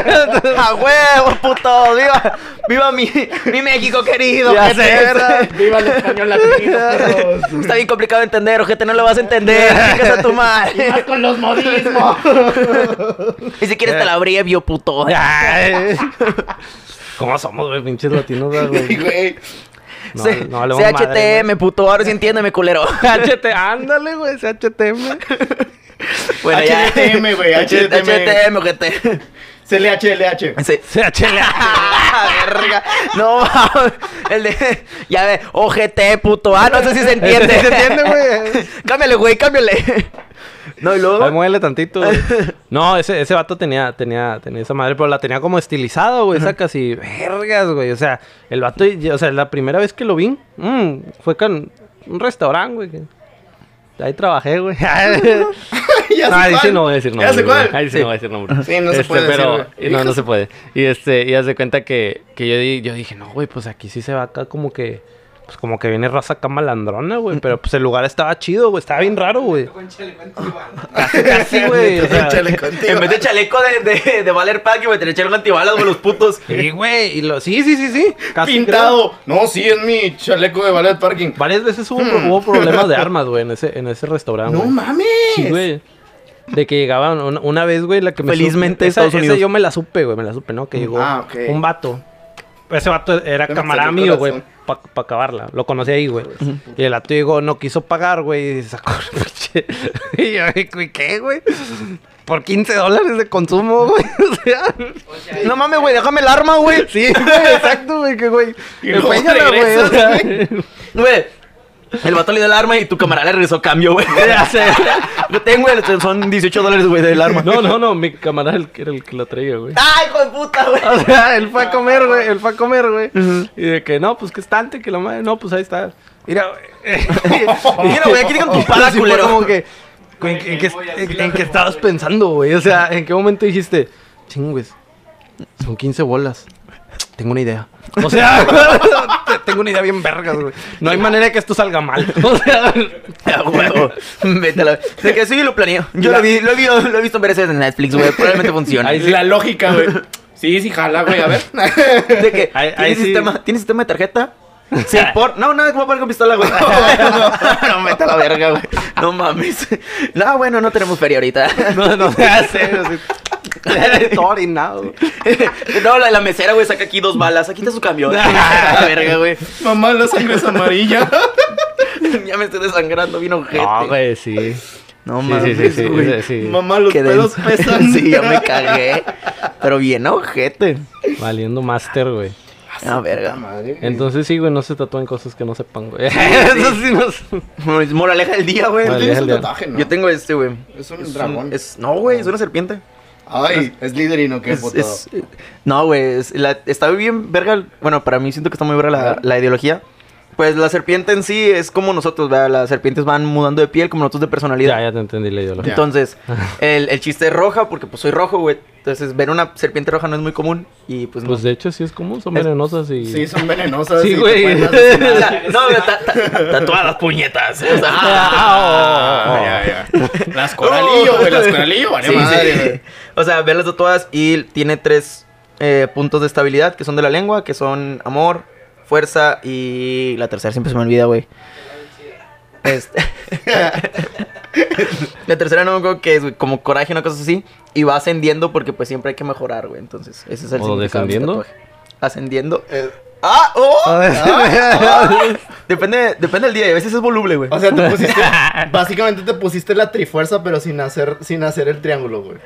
Speaker 3: ¡A huevo, puto! ¡Viva, viva mi, mi México querido!
Speaker 2: Ya
Speaker 3: ¿Qué
Speaker 2: sé,
Speaker 3: es
Speaker 2: ¿verdad?
Speaker 3: eso?
Speaker 1: ¡Viva el español latino, perros!
Speaker 3: Está bien complicado de entender, ojete, no lo vas a entender. Chicas a tu madre.
Speaker 1: con los modismos!
Speaker 3: Y si quieres te la abrevio, puto.
Speaker 2: Ay. ¿Cómo somos, güey? Pinches latinos, güey.
Speaker 1: Güey,
Speaker 2: No,
Speaker 3: C-
Speaker 2: no hablemos
Speaker 3: CHTM,
Speaker 2: madre, güey.
Speaker 3: puto. Ahora sí entiéndeme, culero.
Speaker 2: CHT, ándale, güey, CHTM.
Speaker 3: Bueno, ya.
Speaker 1: HDTM, güey, HDTM.
Speaker 3: HDTM, ojete.
Speaker 1: CLH, LH.
Speaker 3: Sí.
Speaker 2: CHL.
Speaker 3: la verga. No mames. El de. Ya ve, OGT, puto. Ah, no sé si se entiende.
Speaker 2: ¿Se entiende, güey?
Speaker 3: cámbiale, güey, cámbiale. No, y
Speaker 2: Ahí
Speaker 3: luego.
Speaker 2: muévele tantito. güey. No, ese, ese vato tenía, tenía, tenía esa madre, pero la tenía como estilizada, güey. Esa casi vergas, güey. O sea, el vato, y- o sea, la primera vez que lo vi, mm, fue con un restaurante, güey. que- Ahí trabajé, güey.
Speaker 1: Ya
Speaker 2: No,
Speaker 1: sé
Speaker 2: ahí
Speaker 1: cuál.
Speaker 2: sí Ah, no voy a decir nombre.
Speaker 1: Ya sé cuál.
Speaker 2: Ahí sí, no voy a decir nombre. Este,
Speaker 1: Sí, no se puede decir, güey.
Speaker 2: No, no se puede. Y este, y haz de cuenta que, que yo, di- yo dije, no, güey, pues aquí sí se va acá como que. Pues como que viene raza acá malandrona, güey. Pero pues el lugar estaba chido, güey. Estaba bien raro, güey.
Speaker 4: Con chaleco antiguano.
Speaker 2: Casi, casi, güey. o sea,
Speaker 1: Échale contigo.
Speaker 3: En vez de chaleco de, de, de Valer Pack, me tenía chaleco antibalas, güey, los putos.
Speaker 2: Sí, güey. Y lo, sí, sí, sí, sí. Casi creo.
Speaker 1: pintado. No, sí, es mi chaleco de ballet parking.
Speaker 2: Varias veces hubo, hubo problemas de armas, güey, en ese, en ese restaurante.
Speaker 1: Hmm. No
Speaker 2: güey.
Speaker 1: mames.
Speaker 2: Sí, güey. De que llegaban una, una vez, güey, la que me
Speaker 3: Felizmente,
Speaker 2: supe- esa,
Speaker 3: Estados
Speaker 2: esa
Speaker 3: Unidos. Mm.
Speaker 2: yo me la supe, güey, me la supe, ¿no? Que llegó
Speaker 1: Ah, ok.
Speaker 2: un vato. Ese vato era
Speaker 1: Se me
Speaker 2: camarada
Speaker 1: salió el
Speaker 2: mío,
Speaker 1: corazón.
Speaker 2: güey, para acabarla. Lo conocí ahí, güey. Y el vato llegó, no quiso pagar, güey, y sacó el pinche. Y yo, güey, ¿qué, güey? Por 15 dólares de consumo, güey. O sea,
Speaker 4: O sea,
Speaker 3: No mames, güey, déjame el arma, güey.
Speaker 2: sí, güey, exacto, güey, que, güey.
Speaker 1: Y luego
Speaker 2: empeñala, güey. o sea.
Speaker 3: Güey. El vato le dio el arma y tu camarada le regresó cambio, güey. Ya sé. Lo tengo, güey, son 18 dólares, güey, del arma.
Speaker 2: No, no, no, mi camarada el que- era el que la traía, güey.
Speaker 3: ¡Ay, Ah, hijo de puta, güey!
Speaker 2: O sea, él fue a comer, güey. Él fue a comer, güey. Y de que, no, pues que estante, que la madre. No, pues ahí está. Mira, güey.
Speaker 3: Mira, güey, aquí tengo tu pala,
Speaker 2: Así fue
Speaker 3: culero.
Speaker 2: Como que, güey, ¿en, en qué, en- en qué estabas pensando, güey? O sea, ¿en qué momento dijiste, chingües, son 15 bolas? Tengo una idea. O sea, te- tengo una idea bien vergas, güey. No hay manera de que esto salga mal. O sea,
Speaker 3: Ya, huevo. Vete a la... De que sí, lo planeo. Yo lo vi, lo vi, lo he visto en varias veces en Netflix, güey. Probablemente funciona.
Speaker 2: Ahí sí.
Speaker 1: La lógica, güey. Sí, sí, jala, güey. A ver.
Speaker 3: De que,
Speaker 2: Ahí- ahí
Speaker 3: ¿tienes,
Speaker 2: sí.
Speaker 3: sistema, ¿Tienes sistema de tarjeta? Sí, por... No, no, ¿cómo poner con pistola, güey? no, mete a la verga, güey. No mames. No, bueno, no tenemos feria ahorita.
Speaker 2: no, no se hace. o sea, Todo orinado, güey.
Speaker 3: No, la de la mesera, güey, saca aquí dos balas. Aquí está su camión. la verga, güey.
Speaker 1: Mamá, la sangre es amarilla.
Speaker 3: Ya me estoy desangrando, vino gente.
Speaker 2: No, güey, sí.
Speaker 3: No
Speaker 2: Sí, sí,
Speaker 3: mames,
Speaker 2: sí, sí,
Speaker 3: güey.
Speaker 2: sí, sí.
Speaker 1: Mamá, los
Speaker 3: Qué
Speaker 1: pelos
Speaker 3: denso.
Speaker 1: pesan.
Speaker 3: sí, ya me cagué. Pero bien ojete.
Speaker 2: Valiendo master, güey.
Speaker 3: No, verga.
Speaker 1: Madre.
Speaker 2: Entonces sí, güey, no se tatúen cosas que no sepan, güey. Eso sí no sé.
Speaker 3: Es Moraleja del día, güey.
Speaker 2: Moraleja
Speaker 1: Tienes
Speaker 2: del
Speaker 1: un
Speaker 2: día.
Speaker 1: tatuaje, ¿no?
Speaker 3: Yo tengo este, güey.
Speaker 1: Es un dragón.
Speaker 3: Es, no, güey, es una serpiente.
Speaker 1: Ay, es Slytherin o qué,
Speaker 3: Es-
Speaker 1: puto.
Speaker 3: es- no, güey, es la- está bien verga. el- Bueno, para mí siento que está muy verga la, la ideología. Pues la serpiente en sí es como nosotros, ¿verdad? Las serpientes van mudando de piel como nosotros de personalidad.
Speaker 2: Ya, ya te entendí la ideología.
Speaker 1: Ya.
Speaker 3: Entonces, el, el chiste es roja porque pues soy rojo, güey. Entonces, ver una serpiente roja no es muy común y pues no.
Speaker 2: Pues de hecho sí es común, son
Speaker 3: Es-
Speaker 2: venenosas y...
Speaker 1: Sí, son venenosas.
Speaker 2: Sí,
Speaker 1: y te
Speaker 2: güey.
Speaker 1: pueden asesinar.
Speaker 3: O sea, no, güey, ta- ta- tatuadas puñetas. O sea,
Speaker 1: Ah, ya, ya. Las coralillo, güey. Las coralillo, vale
Speaker 3: Sí,
Speaker 1: madre,
Speaker 3: sí.
Speaker 1: güey.
Speaker 3: O sea, verlas tatuadas y tiene tres eh, puntos de estabilidad que son de la lengua, que son amor, fuerza y la tercera siempre se me olvida, güey. Este- la tercera no me acuerdo que es güey, como coraje, una cosa así. Y va ascendiendo porque pues siempre hay que mejorar, güey. Entonces, ese es el
Speaker 2: ¿O
Speaker 3: significado de ese
Speaker 2: descendiendo?
Speaker 3: tatuaje. Ascendiendo. ¡Ah! ¡Oh! ah.
Speaker 2: A ver.
Speaker 3: Depende, depende del día y a veces es voluble, güey.
Speaker 1: O sea, te pusiste. básicamente te pusiste la trifuerza, pero sin hacer, sin hacer el triángulo, güey.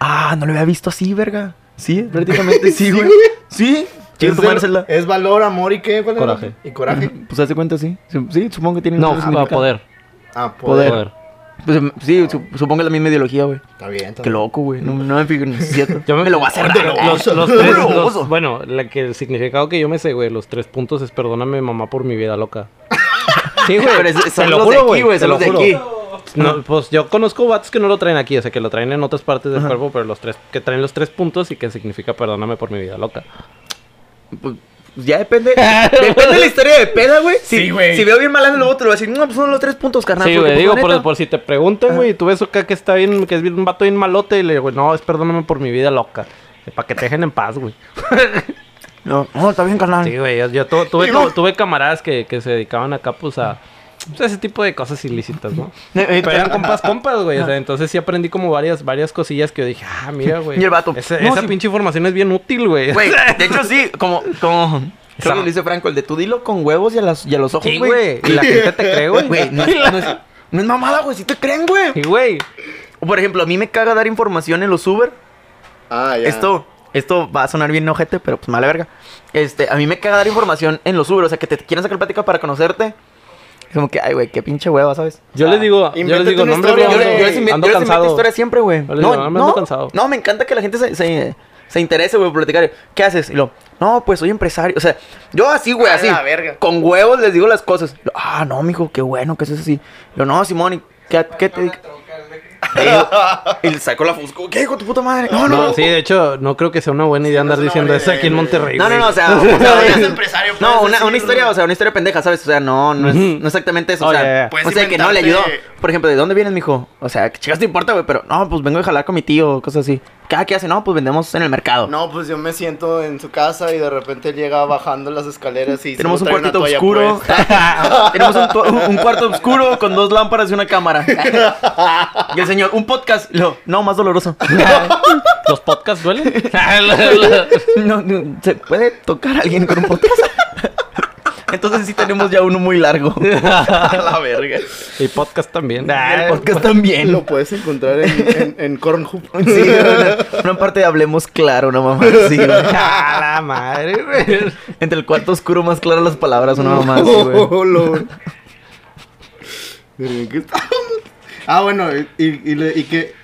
Speaker 3: Ah, no lo había visto así, verga. Sí, prácticamente sí, güey. Sí. Quiero
Speaker 1: Es,
Speaker 3: tomársela.
Speaker 1: el- es valor, amor y qué, ¿Cuál era?
Speaker 2: Coraje.
Speaker 1: Y coraje.
Speaker 3: Pues hace cuenta, sí. Sí, sí, supongo que tiene
Speaker 2: No,
Speaker 3: otro
Speaker 2: a
Speaker 3: significado.
Speaker 2: poder.
Speaker 1: Ah,
Speaker 3: Poder.
Speaker 1: poder.
Speaker 2: Poder.
Speaker 3: Pues, em, sí, su- supongo que es la misma ideología, güey.
Speaker 1: Está bien, está
Speaker 3: Qué
Speaker 1: bien.
Speaker 3: loco, güey. No, no me fijo en cierto.
Speaker 2: Yo
Speaker 3: me, lo voy a hacer. raro, güey.
Speaker 2: Los, los
Speaker 3: No me
Speaker 2: tres,
Speaker 3: lo
Speaker 2: los-
Speaker 3: uso.
Speaker 2: bueno, la que el significado que yo me sé, güey, los tres puntos es perdóname mamá por mi vida loca. Sí, güey.
Speaker 3: Pero es-
Speaker 2: te
Speaker 3: son
Speaker 2: lo
Speaker 3: los de
Speaker 2: juro,
Speaker 3: aquí, güey,
Speaker 2: te
Speaker 3: son
Speaker 2: lo
Speaker 3: los de
Speaker 2: juro.
Speaker 3: aquí.
Speaker 2: No, pues yo conozco vatos que no lo traen aquí, o sea, que lo traen en otras partes del cuerpo, pero los tres, que traen los tres puntos y que significa perdóname por mi vida loca.
Speaker 3: Pues, ya depende. depende de la historia de peda, güey. Si,
Speaker 1: Sí, güey.
Speaker 3: Si veo bien malando el otro, le voy a decir, no, pues son los tres puntos, carnal.
Speaker 2: Sí,
Speaker 3: porque,
Speaker 2: güey,
Speaker 3: pues,
Speaker 2: digo,
Speaker 3: la
Speaker 2: por,
Speaker 3: neta-
Speaker 2: por si te preguntan, güey, y tú ves acá que está bien, que es bien un vato bien malote, y le digo, no, es perdóname por mi vida loca. Para que te dejen en paz, güey.
Speaker 3: No, no, está bien, carnal.
Speaker 2: Sí, güey, yo, yo tu- tuve,
Speaker 1: Digo-
Speaker 2: tu- tuve camaradas que, que se dedicaban acá, pues, a pues, a ese tipo de cosas ilícitas, ¿no?
Speaker 3: Eh, eh,
Speaker 2: Pero eran compas, compas, güey. O sea, entonces sí aprendí como varias, varias cosillas que yo dije, ah, mira, güey.
Speaker 3: Y el vato,
Speaker 2: Esa,
Speaker 3: "No,
Speaker 2: esa
Speaker 3: sí".
Speaker 2: pinche información es bien útil, güey.
Speaker 3: Güey, de hecho sí, como, como. Creo que lo dice Franco, el de tú dilo con huevos y a, las, y a los ojos,
Speaker 2: Sí,
Speaker 3: güey.
Speaker 2: güey. Y la gente te cree, güey.
Speaker 3: Güey, no,
Speaker 2: Y la-
Speaker 3: es- no es, no es mamada, güey, si te creen, güey.
Speaker 2: Sí, güey.
Speaker 3: O, Por ejemplo, a mí me caga dar información en los Uber.
Speaker 1: Ah, ya.
Speaker 3: Esto, Esto va a sonar bien ojete, pero pues mala verga. Este, a mí me caga dar información en los Uber, o sea, que te quieran sacar plática para conocerte. Es como que, ay, güey, qué pinche hueva, ¿sabes?
Speaker 2: Yo les digo, yo les
Speaker 1: invéntate
Speaker 2: digo,
Speaker 1: una
Speaker 2: no, hombre,
Speaker 1: historia,
Speaker 2: güey,
Speaker 3: Yo,
Speaker 1: Ando-
Speaker 3: le- yo les invento,
Speaker 2: ando
Speaker 3: yo les invento
Speaker 2: cansado.
Speaker 3: historias siempre, güey.
Speaker 2: Yo les digo,
Speaker 3: No,
Speaker 2: "Ah, me ando
Speaker 3: no,
Speaker 2: cansado".
Speaker 3: no, me encanta que la gente se, se, se interese, güey, por platicar. ¿Qué haces? Y lo, no, pues soy empresario. O sea, yo así, güey,
Speaker 1: A
Speaker 3: así.
Speaker 1: la verga.
Speaker 3: Con huevos les digo las cosas. Y lo, ah, no, mijo, qué bueno que eso es así. Y Lo, no, Simón, ¿y ¿qué, qué te dedicas? Y yo- Y le saco la fusco. ¿Qué, hijo de tu puta madre? No, no,
Speaker 2: No, sí, de hecho, no creo que sea una buena idea andar
Speaker 1: no es una
Speaker 2: diciendo
Speaker 1: buena
Speaker 2: eso
Speaker 1: idea,
Speaker 2: aquí en
Speaker 1: güey.
Speaker 2: Monterrey.
Speaker 3: No, no,
Speaker 2: güey.
Speaker 3: no, o sea, o sea,
Speaker 1: Eres
Speaker 3: una-
Speaker 1: empresario,
Speaker 3: No,
Speaker 1: puedes
Speaker 3: una, una
Speaker 1: decirlo.
Speaker 3: historia, o sea, una historia pendeja, ¿sabes? O sea, no, no, es,
Speaker 2: Ujú.
Speaker 3: no exactamente eso,
Speaker 2: Oh,
Speaker 3: o sea,
Speaker 2: ya, ya.
Speaker 1: Puedes
Speaker 3: o sea, que no le ayudó.
Speaker 1: inventarte-
Speaker 3: Por ejemplo, ¿de dónde vienes, mijo? O sea, que chicas te importa, güey, pero no, pues vengo de jalar con mi tío, cosas así. ¿Cada qué hace? No, pues vendemos en el mercado.
Speaker 1: No, pues yo me siento en su casa y de repente llega bajando las escaleras y
Speaker 3: Tenemos un
Speaker 1: solo trae una toalla
Speaker 3: cuartito
Speaker 1: pues.
Speaker 3: oscuro.
Speaker 1: puesta.
Speaker 3: Tenemos un, to- un- un cuarto oscuro con dos lámparas y una cámara. y el señor, un podcast. Lo, no, más doloroso.
Speaker 2: ¿Los podcasts duelen? Ah,
Speaker 3: No, no, ¿Se puede tocar a alguien con un podcast? Entonces sí tenemos ya uno muy largo.
Speaker 1: A la verga.
Speaker 2: y podcast también.
Speaker 3: Y el podcast también.
Speaker 1: Lo puedes encontrar en, en, en Cornhub.
Speaker 3: Sí, güey, una, una parte de hablemos claro, una mamá así, güey.
Speaker 2: ¡A la madre, güey!
Speaker 3: Entre el cuarto oscuro más claras las palabras, una mamá así, güey.
Speaker 1: Oh, Lord. Verga, ¿en qué estamos? Ah, bueno, y, y, le- y que,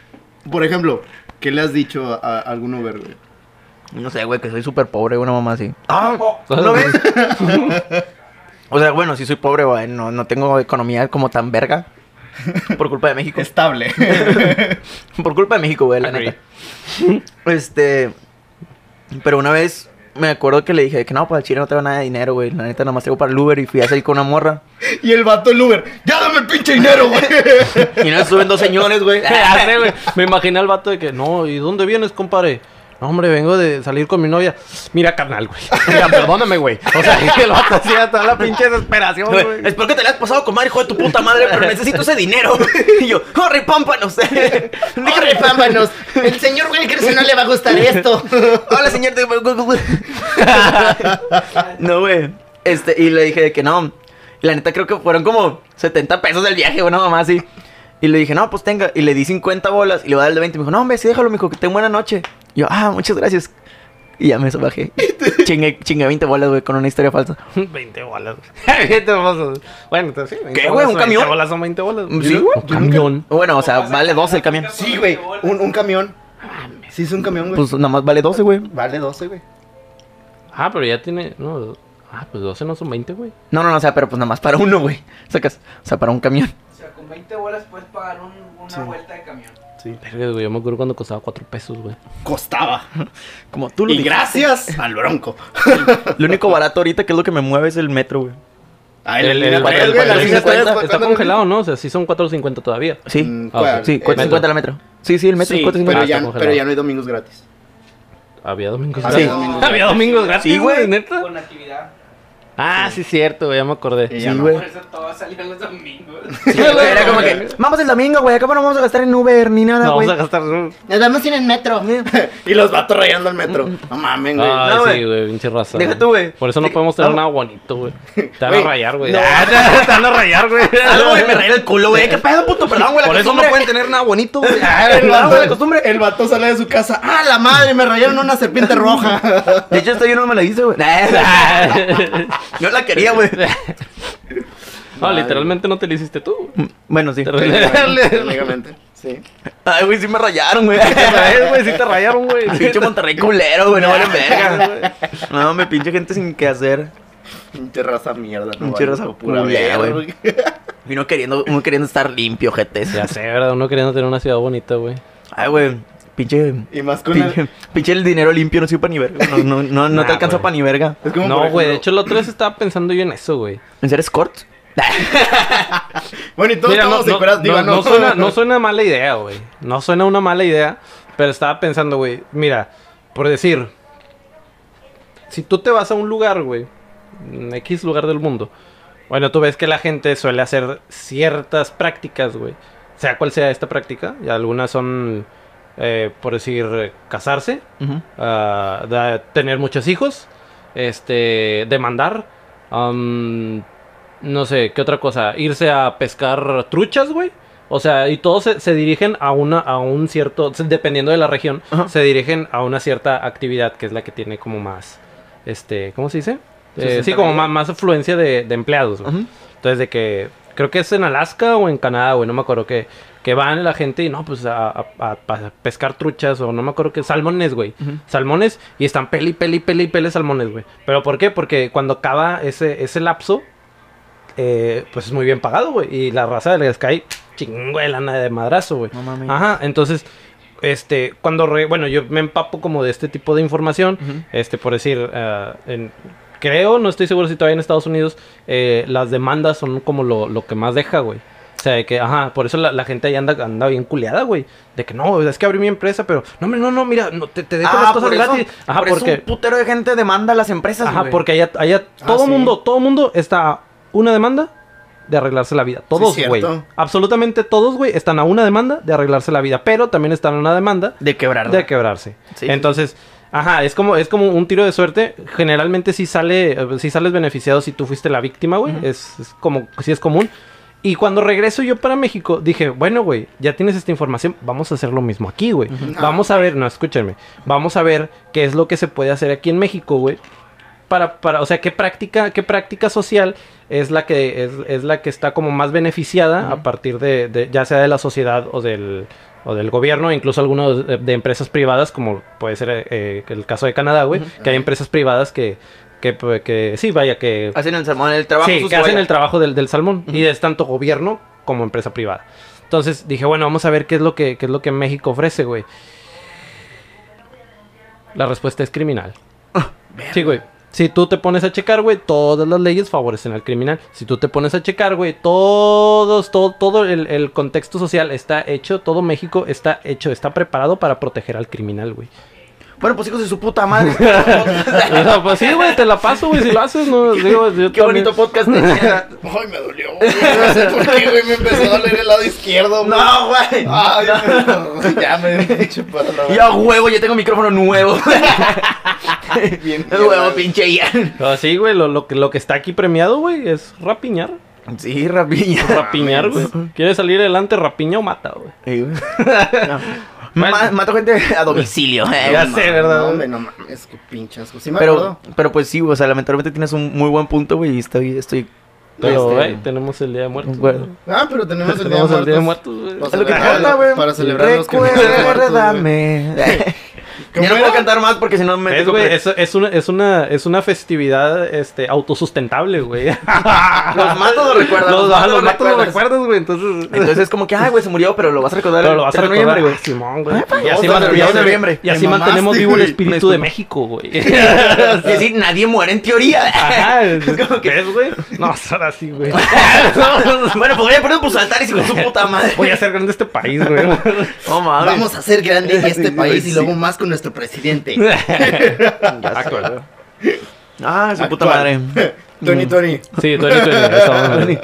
Speaker 1: por ejemplo, ¿qué le has dicho a, a algún Uber, güey?
Speaker 3: No sé, güey, que soy súper pobre, una mamá así. Ah, ¿no ves? O sea, bueno, sí soy pobre, güey, no, no tengo economía como tan verga. Por culpa de México.
Speaker 1: Estable.
Speaker 3: Por culpa de México, güey, la
Speaker 2: Agree.
Speaker 3: neta. Este. Pero una vez me acuerdo que le dije que no, pues al chile no tengo nada de dinero, güey. La neta, nomás tengo para el Uber y fui a salir con una morra.
Speaker 1: y el vato del Uber, ¡ya dame el pinche dinero, güey!
Speaker 3: Y no suben dos señores, güey.
Speaker 2: Ya sé, güey. Me imaginé al vato de que, no, ¿y dónde vienes, compadre? No, hombre, vengo de salir con mi novia. Mira, carnal, güey. Mira, perdóname, güey. O sea, que el vato hacía toda la pinche desesperación,
Speaker 3: Güey,
Speaker 2: güey.
Speaker 3: Espero que te la has pasado con madre, hijo de tu puta madre, pero necesito ese dinero. Y yo, ¡corre, pámpanos! ¡Corre,
Speaker 1: pámpanos! El señor Wilkerson no le va a gustar esto.
Speaker 3: Hola, señor. no, güey. Este, y le dije de que no. Y la neta creo que fueron como 70 pesos del viaje, una mamá así. Y le dije, no, pues tenga. Y le di 50 bolas y le voy a dar el de 20. Me dijo, no, hombre, sí, déjalo, mijo, que tenga buena noche. Y yo, ah, muchas gracias. Y ya me bajé. chingue, chingue 20 bolas, güey, con una historia falsa.
Speaker 2: 20 bolas. güey. 20 bolas. Bueno, entonces sí. 20
Speaker 3: ¿Qué, güey?
Speaker 2: bolas,
Speaker 3: ¿Un camión?
Speaker 2: 20 bolas son 20 bolas.
Speaker 3: Sí, güey.
Speaker 2: Un camión.
Speaker 3: Bueno, o sea, vale 12 el camión.
Speaker 1: Sí, güey, un, un camión. Sí, es un camión, güey.
Speaker 3: Pues nada más vale 12, güey.
Speaker 1: vale 12, güey.
Speaker 2: Ah, pero ya tiene. No. Ah, pues 12 no son 20, güey.
Speaker 3: No, no, no, o sea, pero pues nada más para uno, güey. Sacas, o sea, para un camión.
Speaker 4: O sea, con 20 bolas puedes pagar un- una vuelta de camión.
Speaker 2: Verga, güey. Yo me acuerdo cuando costaba 4 pesos, güey.
Speaker 1: Costaba.
Speaker 3: Como tú lo
Speaker 1: Y
Speaker 3: dijiste.
Speaker 1: gracias al bronco.
Speaker 3: Lo único barato ahorita que es lo que me mueve es el metro, güey.
Speaker 1: Ay,
Speaker 2: El-
Speaker 1: le-
Speaker 2: el-
Speaker 1: le-
Speaker 2: el-
Speaker 1: le-
Speaker 2: el-
Speaker 1: le-
Speaker 2: el-
Speaker 1: le-
Speaker 3: el-
Speaker 1: le-
Speaker 3: está-
Speaker 1: le- le-
Speaker 2: Está congelado, ¿no? O sea, sí son 4.50 todavía.
Speaker 3: Sí.
Speaker 1: Mm,
Speaker 2: Ah,
Speaker 1: ¿cuál?
Speaker 2: ok.
Speaker 3: Sí,
Speaker 1: Eh,
Speaker 2: cuatro
Speaker 3: 450 el metro. Sí, sí, el metro
Speaker 1: sí,
Speaker 3: es 450.
Speaker 1: pero,
Speaker 2: Ah,
Speaker 1: ya,
Speaker 2: está congelado.
Speaker 1: pero ya no hay domingos gratis.
Speaker 2: Había domingos
Speaker 1: Había
Speaker 2: gratis.
Speaker 1: domingos
Speaker 2: Había domingos gratis.
Speaker 3: Sí, güey.
Speaker 2: neta.
Speaker 4: Con actividad.
Speaker 2: Ah, sí, cierto, güey. Ya me acordé.
Speaker 1: Y
Speaker 3: Sí,
Speaker 1: ya no.
Speaker 3: güey.
Speaker 4: Por eso todo salió los domingos.
Speaker 3: Sí, güey, era como que, vamos el domingo, güey, acá no vamos a gastar en Uber ni nada,
Speaker 2: No,
Speaker 3: güey.
Speaker 2: vamos a gastar. No,
Speaker 1: Nos vamos en el metro. y los vatos rayando el metro. No mamen, güey.
Speaker 2: Ay,
Speaker 3: No,
Speaker 2: sí,
Speaker 3: güey.
Speaker 2: güey, pinche raza.
Speaker 3: Deja tú, güey.
Speaker 2: Por eso no
Speaker 3: Sí,
Speaker 2: podemos tener
Speaker 3: no.
Speaker 2: nada bonito, güey. Te van a
Speaker 1: Güey,
Speaker 2: rayar, güey.
Speaker 1: no.
Speaker 2: Ah, te te van a rayar, güey.
Speaker 3: Algo, Ah, güey, me reí el culo, güey. ¿Qué pedo, puto? Perdón, güey. la
Speaker 2: Por eso no
Speaker 3: costumbre.
Speaker 2: pueden tener nada bonito, güey. Ah,
Speaker 1: El
Speaker 3: Claro,
Speaker 1: vato,
Speaker 3: de costumbre.
Speaker 1: el vato sale de su casa. ¡Ah, la madre! Me rayaron una serpiente roja.
Speaker 3: De hecho, esta yo no me la hice, güey. Yo la quería, güey.
Speaker 2: No, literalmente no te lo hiciste tú. güey.
Speaker 3: Bueno, sí.
Speaker 1: Técnicamente. Sí.
Speaker 3: Ay, güey, sí me rayaron, güey.
Speaker 2: ¿Sabes, güey? Sí te rayaron, güey.
Speaker 3: Pinche Monterrey culero, güey. No valen verga. No, me pinche gente sin qué hacer.
Speaker 1: Pinche raza mierda. No vale,
Speaker 3: Pinche raza
Speaker 1: pura
Speaker 3: culera,
Speaker 1: verga,
Speaker 3: güey.
Speaker 1: güey.
Speaker 3: Vino queriendo, uno queriendo estar limpio, gente.
Speaker 2: Ya sé, ¿verdad? Uno queriendo tener una ciudad bonita, güey.
Speaker 3: Ay, güey. Pinche
Speaker 1: Y más con
Speaker 3: Pinche,
Speaker 1: el...
Speaker 3: pinche el dinero limpio no sirve para ni verga. No, no, no, no
Speaker 2: Nah,
Speaker 3: te alcanza
Speaker 2: güey.
Speaker 3: para ni verga.
Speaker 1: Es como, por
Speaker 2: No,
Speaker 1: ejemplo-
Speaker 2: güey. De hecho, la otra vez estaba pensando yo en eso, güey.
Speaker 3: ¿En serio es corto?
Speaker 1: Bueno, y todos
Speaker 2: Mira, no,
Speaker 1: estamos
Speaker 2: no,
Speaker 1: encuerados,
Speaker 2: no,
Speaker 1: digo,
Speaker 2: no suena, no suena mala idea, güey. No suena una mala idea, pero estaba pensando, güey, mira, por decir, si tú te vas a un lugar, güey, en X lugar del mundo, bueno, tú ves que la gente suele hacer ciertas prácticas, güey. Sea cual sea esta práctica, y algunas son, eh, por decir, eh, casarse, ah, da- tener muchos hijos, este, demandar, um, am, no sé, ¿qué otra cosa? Irse a pescar truchas, güey, O sea, y todos se, se dirigen a una, a un cierto, se- dependiendo de la región,
Speaker 3: Ajá.
Speaker 2: se dirigen a una cierta actividad que es la que tiene como más, este, ¿cómo se dice? Eh, sí, como más, más afluencia de, de empleados. güey.
Speaker 3: Ujú.
Speaker 2: Entonces, de que creo que es en Alaska o en Canadá, güey, no me acuerdo que, que van la gente y no, pues a, a- a- a pescar truchas o no me acuerdo que, salmones, güey.
Speaker 3: Ujú.
Speaker 2: Salmones y están peli, peli, peli, peli salmones, güey. ¿Pero por qué? Porque cuando acaba ese, ese lapso, eh, pues es muy bien pagado, güey. Y la raza del Sky, chingo de lana de madrazo, güey.
Speaker 3: No mames.
Speaker 2: Ajá, entonces, este, cuando, re- bueno, yo me empapo como de este tipo de información,
Speaker 3: Ujú.
Speaker 2: este, por decir, ah, en- creo, no estoy seguro si todavía en Estados Unidos, eh, las demandas son como lo, lo que más deja, güey. O sea, de que, ajá, por eso la, la gente ahí anda, anda bien culeada, güey. De que no, es que abrí mi empresa, pero, no, hombre, no, no, mira, no, te, te dejo las cosas
Speaker 3: Ah, por eso-
Speaker 2: gratis. Ah, Ajá,
Speaker 3: por eso
Speaker 2: porque.
Speaker 3: un putero de gente demanda a las empresas,
Speaker 2: Ajá,
Speaker 3: güey.
Speaker 2: porque allá, allá
Speaker 1: Ah,
Speaker 2: todo
Speaker 1: sí.
Speaker 2: mundo, todo mundo está a una demanda de arreglarse la vida. Todos,
Speaker 1: Sí, es
Speaker 2: güey.
Speaker 1: cierto.
Speaker 2: Absolutamente todos, güey, están a una demanda de arreglarse la vida, pero también están a una demanda
Speaker 3: De quebrar.
Speaker 2: de quebrarse.
Speaker 3: Sí,
Speaker 2: Entonces, ajá, es como, es como un tiro de suerte. Generalmente si sale, eh, si sales beneficiado si tú fuiste la víctima, güey. es, es como, si es común. Y cuando regreso yo para México, dije, bueno, güey, ya tienes esta información, vamos a hacer lo mismo aquí, güey. Vamos a ver, no, escúchenme, vamos a ver qué es lo que se puede hacer aquí en México, güey. Para, para, o sea, qué práctica, qué práctica social es la que, es, es la que está como más beneficiada a partir de, de- ya sea de la sociedad o del, o del gobierno, incluso algunos de, de empresas privadas, como puede ser eh, el caso de Canadá, güey, que hay empresas privadas que, que, pues, que sí, vaya, que
Speaker 3: Hacen el salmón, el trabajo.
Speaker 2: sí,
Speaker 3: sus
Speaker 2: que hacen
Speaker 3: guayas.
Speaker 2: el trabajo del, del salmón y es tanto gobierno como empresa privada. Entonces dije, bueno, vamos a ver qué es lo que, qué es lo que México ofrece, güey. La respuesta es criminal.
Speaker 3: Ah,
Speaker 2: sí, güey. Si tú te pones a checar, güey, todas las leyes favorecen al criminal. Si tú te pones a checar, güey, todos, todo, todo el, el contexto social está hecho, todo México está hecho, está preparado para proteger al criminal, güey.
Speaker 3: Bueno, pues hijos de su puta madre.
Speaker 2: O sea, pues sí, güey, te la paso, güey, si lo haces, no, digo, yo
Speaker 3: Qué
Speaker 2: también-
Speaker 3: bonito podcast tenía.
Speaker 1: Ay, me dolió. güey. No sé por qué, güey. Me empezó a doler el lado izquierdo, güey.
Speaker 3: No, güey.
Speaker 1: Ay, no. Ya me dio un pinche paro, la
Speaker 3: Ya huevo, ya tengo micrófono nuevo.
Speaker 1: verdad. Bien.
Speaker 3: El huevo, pinche Ian.
Speaker 2: No, Ah, sí, güey, lo, lo que, lo que está aquí premiado, güey, es rapiñar.
Speaker 3: Sí, rapiña.
Speaker 2: Rapiñar, güey. ¿Quieres salir adelante, rapiña o mata, güey?
Speaker 3: Ey, güey. No. Ma- Mato gente a domicilio. eh.
Speaker 2: Ya sé, ¿verdad?
Speaker 1: No, hombre, no mames, qué pinchas. Sí me
Speaker 3: Pero,
Speaker 1: acuerdo.
Speaker 3: pero pues sí, o sea, lamentablemente tienes un muy buen punto, güey. Y estoy, estoy.
Speaker 2: Pero,
Speaker 3: este,
Speaker 2: güey, tenemos el Día de Muertos.
Speaker 3: Bueno.
Speaker 2: güey.
Speaker 1: Ah, pero tenemos el día
Speaker 2: Tenemos el Día de Muertos,
Speaker 1: Para
Speaker 2: güey.
Speaker 3: Es lo que
Speaker 1: celebrar-
Speaker 3: importa, güey.
Speaker 1: Para celebrar los que no están
Speaker 3: Recuérdame.
Speaker 1: ¿Cómo
Speaker 3: Ya no puedo
Speaker 1: era?
Speaker 3: cantar más porque si no me.
Speaker 2: ¿Ves,
Speaker 3: tengo
Speaker 2: güey?
Speaker 3: pre-
Speaker 2: Es, es una, es, una, es una festividad este, autosustentable, güey.
Speaker 3: Los matos lo recuerdan.
Speaker 2: los, ah, los matos
Speaker 3: lo
Speaker 2: lo
Speaker 3: recuerdan.
Speaker 2: recuerdas, güey. Entonces,
Speaker 3: Entonces es como que, ay, güey, se murió, pero lo vas a recordar.
Speaker 2: pero
Speaker 3: el
Speaker 2: lo vas a
Speaker 3: 3 de noviembre,
Speaker 2: recordar, güey. Simón, güey. Y así,
Speaker 3: vamos a
Speaker 2: man-
Speaker 3: celebrar
Speaker 2: y así-
Speaker 3: en noviembre.
Speaker 2: y así
Speaker 1: Te
Speaker 2: mantenemos
Speaker 1: mamaste,
Speaker 2: vivo el
Speaker 1: güey.
Speaker 2: espíritu de México, güey.
Speaker 3: Es decir, nadie muere en teoría.
Speaker 2: Ajá, ¿ves, güey? No, ahora sí, güey. No,
Speaker 3: bueno, pues voy a poner un pulsaltar y con su puta madre.
Speaker 2: Voy a hacer grande este país, güey.
Speaker 3: No mames.
Speaker 1: Vamos a hacer grande este
Speaker 3: Sí,
Speaker 1: país
Speaker 3: sí.
Speaker 1: y luego más con nuestro presidente.
Speaker 2: Actual.
Speaker 3: Ah, su puta madre.
Speaker 1: Actual. Tony, Tony.
Speaker 2: Sí, Tony, Tony. estamos hablando.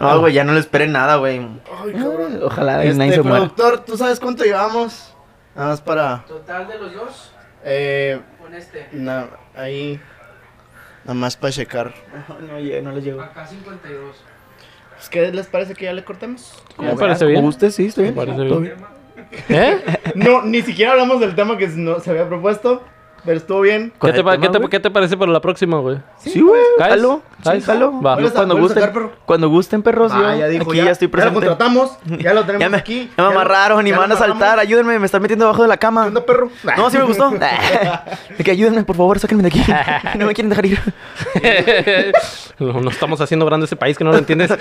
Speaker 3: No, güey, ya no le esperen nada, güey.
Speaker 1: Ay, cabrón.
Speaker 3: Ojalá
Speaker 1: Este,
Speaker 3: nadie se muera.
Speaker 1: productor, ¿tú sabes cuánto llevamos? Nada más para...
Speaker 4: Total de los dos,
Speaker 1: Eh,
Speaker 4: con este.
Speaker 1: na- ahí... Nada más para checar.
Speaker 3: No, llegué, no les llego.
Speaker 4: Acá 52.
Speaker 1: Pues, ¿Qué les parece que ya le cortemos?
Speaker 2: Me parece bien.
Speaker 3: Usted sí, estoy bien.
Speaker 2: Me parece
Speaker 3: Todo
Speaker 2: bien. ¿Eh?
Speaker 1: No, ni siquiera hablamos del tema que no- se había propuesto, pero estuvo bien.
Speaker 2: ¿Qué te, pa-
Speaker 3: Correcto,
Speaker 2: qué,
Speaker 3: ¿no,
Speaker 2: te, qué te parece para la próxima, güey?
Speaker 3: Sí, güey.
Speaker 2: ¿Caes?
Speaker 3: Jalo. Sí,
Speaker 2: ¿Caes?
Speaker 3: jalo.
Speaker 2: Va.
Speaker 3: Yo
Speaker 1: Vuelves a-
Speaker 3: Cuando
Speaker 1: vuelves a
Speaker 3: gusten.
Speaker 1: sacar, perro.
Speaker 3: Cuando gusten, perros.
Speaker 1: Ah,
Speaker 3: yo
Speaker 1: ya dijo,
Speaker 3: aquí ya, estoy
Speaker 1: Ya lo
Speaker 3: presente.
Speaker 1: contratamos, ya lo tenemos
Speaker 3: Ya me,
Speaker 1: aquí.
Speaker 3: ya me
Speaker 1: lo-
Speaker 3: amarraron y
Speaker 1: ya
Speaker 3: me
Speaker 1: lo
Speaker 3: van a
Speaker 1: amarramos.
Speaker 3: saltar. Ayúdenme, me están metiendo abajo de la
Speaker 1: ¿Qué
Speaker 3: cama.
Speaker 1: onda, perro?
Speaker 3: No, sí me gustó. Ah, De que ayúdenme, por favor, sáquenme de aquí. No me quieren dejar ir.
Speaker 2: no, no estamos haciendo grande ese país que no lo entiendes.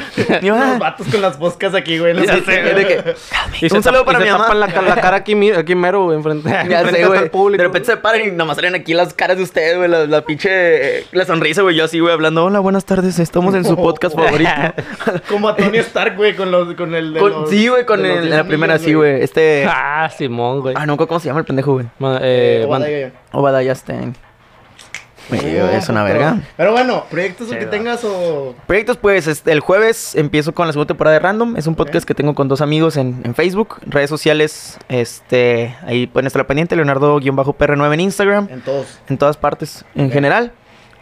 Speaker 3: Ni va.
Speaker 1: Los vatos con las boscas aquí, güey. los-
Speaker 2: Ya sé, güey.
Speaker 3: Ah. De que,
Speaker 2: Y se
Speaker 3: un saludo
Speaker 2: tapa- y
Speaker 3: para mi
Speaker 2: se
Speaker 3: mamá.
Speaker 2: tapan la, ca- la cara aquí, mi- aquí mero, güey, enfrente.
Speaker 3: Ya
Speaker 2: enfrente
Speaker 3: sé,
Speaker 2: hasta
Speaker 3: güey.
Speaker 2: el público.
Speaker 3: De repente se paran y nomás salen aquí las caras de ustedes, güey. La, la pinche. eh, La sonrisa, güey. Yo así, güey, hablando. Hola, buenas tardes. Estamos en su podcast favorito.
Speaker 1: Como a Tony Stark, güey, con, los, con el de
Speaker 3: Con-
Speaker 1: los-
Speaker 3: sí, güey, con
Speaker 1: de los
Speaker 3: el-
Speaker 1: diez
Speaker 3: la primera,
Speaker 1: anillos,
Speaker 3: sí, güey. Este.
Speaker 2: Ah, Simón, güey.
Speaker 3: Ah, no, ¿cómo se llama el pendejo, güey?
Speaker 2: Ma-
Speaker 1: Eh,
Speaker 2: eh, man-
Speaker 1: Obadiah.
Speaker 3: Obadiah Stane. Güey,
Speaker 1: No,
Speaker 3: Eh, es una
Speaker 1: puto.
Speaker 3: verga.
Speaker 1: Pero bueno, proyectos el que
Speaker 2: Sí, va.
Speaker 1: tengas o.
Speaker 3: Proyectos, pues este, el jueves empiezo con la segunda temporada de Random. Es un podcast que tengo con dos amigos en, en Facebook, redes sociales. este Ahí pueden estar al pendiente. Leonardo-PR9 en Instagram.
Speaker 1: En todos.
Speaker 3: En todas partes, en
Speaker 1: Ok.
Speaker 3: general.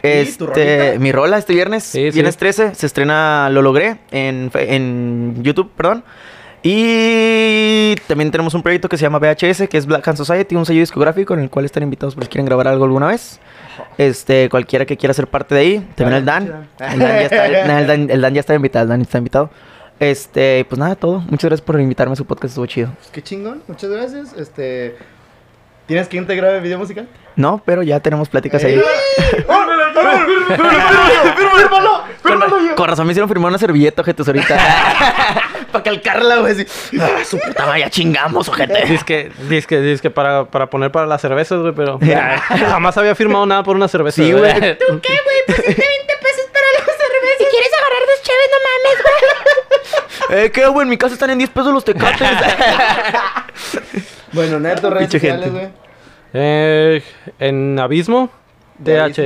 Speaker 1: ¿Y tu
Speaker 3: Este,
Speaker 1: rolita?
Speaker 3: mi rola este viernes,
Speaker 2: Sí, sí.
Speaker 3: viernes 13, se estrena Lo Logré en, Fe- en YouTube, perdón. Y también tenemos un proyecto que se llama VHS, que es Black Hand Society, un sello discográfico en el cual están invitados por si quieren grabar algo alguna vez. Este, cualquiera que quiera ser parte de ahí. También el Dan. El Dan ya está, el Dan- el Dan ya está invitado, el Dan está invitado. Este, pues nada, todo. Muchas gracias por invitarme a su podcast, estuvo chido.
Speaker 1: Pues qué chingón, muchas gracias. Este. ¿Tienes que integrar el video musical? ¡Oh!
Speaker 3: No, pero ya tenemos pláticas ahí.
Speaker 1: ¡Fírmalo!
Speaker 3: Con,
Speaker 1: ¡Fírmalo yo!
Speaker 3: con razón me hicieron firmar una servilleta, ojetes, ahorita. Para calcarla, güey. así. Ah, su puta madre, ya chingamos, ojete.
Speaker 2: Dice que, dice que, dice que para, para poner para las cervezas, güey, pero eh, jamás había firmado nada por una cerveza.
Speaker 3: Sí,
Speaker 2: güey.
Speaker 3: güey.
Speaker 6: ¿Tú qué, güey? Pusiste 20 pesos para la cerveza. Si quieres agarrar dos chéves, no mames, güey.
Speaker 3: Eh, qué, güey, en mi casa están en 10 pesos los tecates.
Speaker 1: Bueno, neto, redes
Speaker 3: Pinche
Speaker 1: sociales,
Speaker 3: gente.
Speaker 1: güey.
Speaker 2: Eh, en Abismo,
Speaker 1: De Abismo.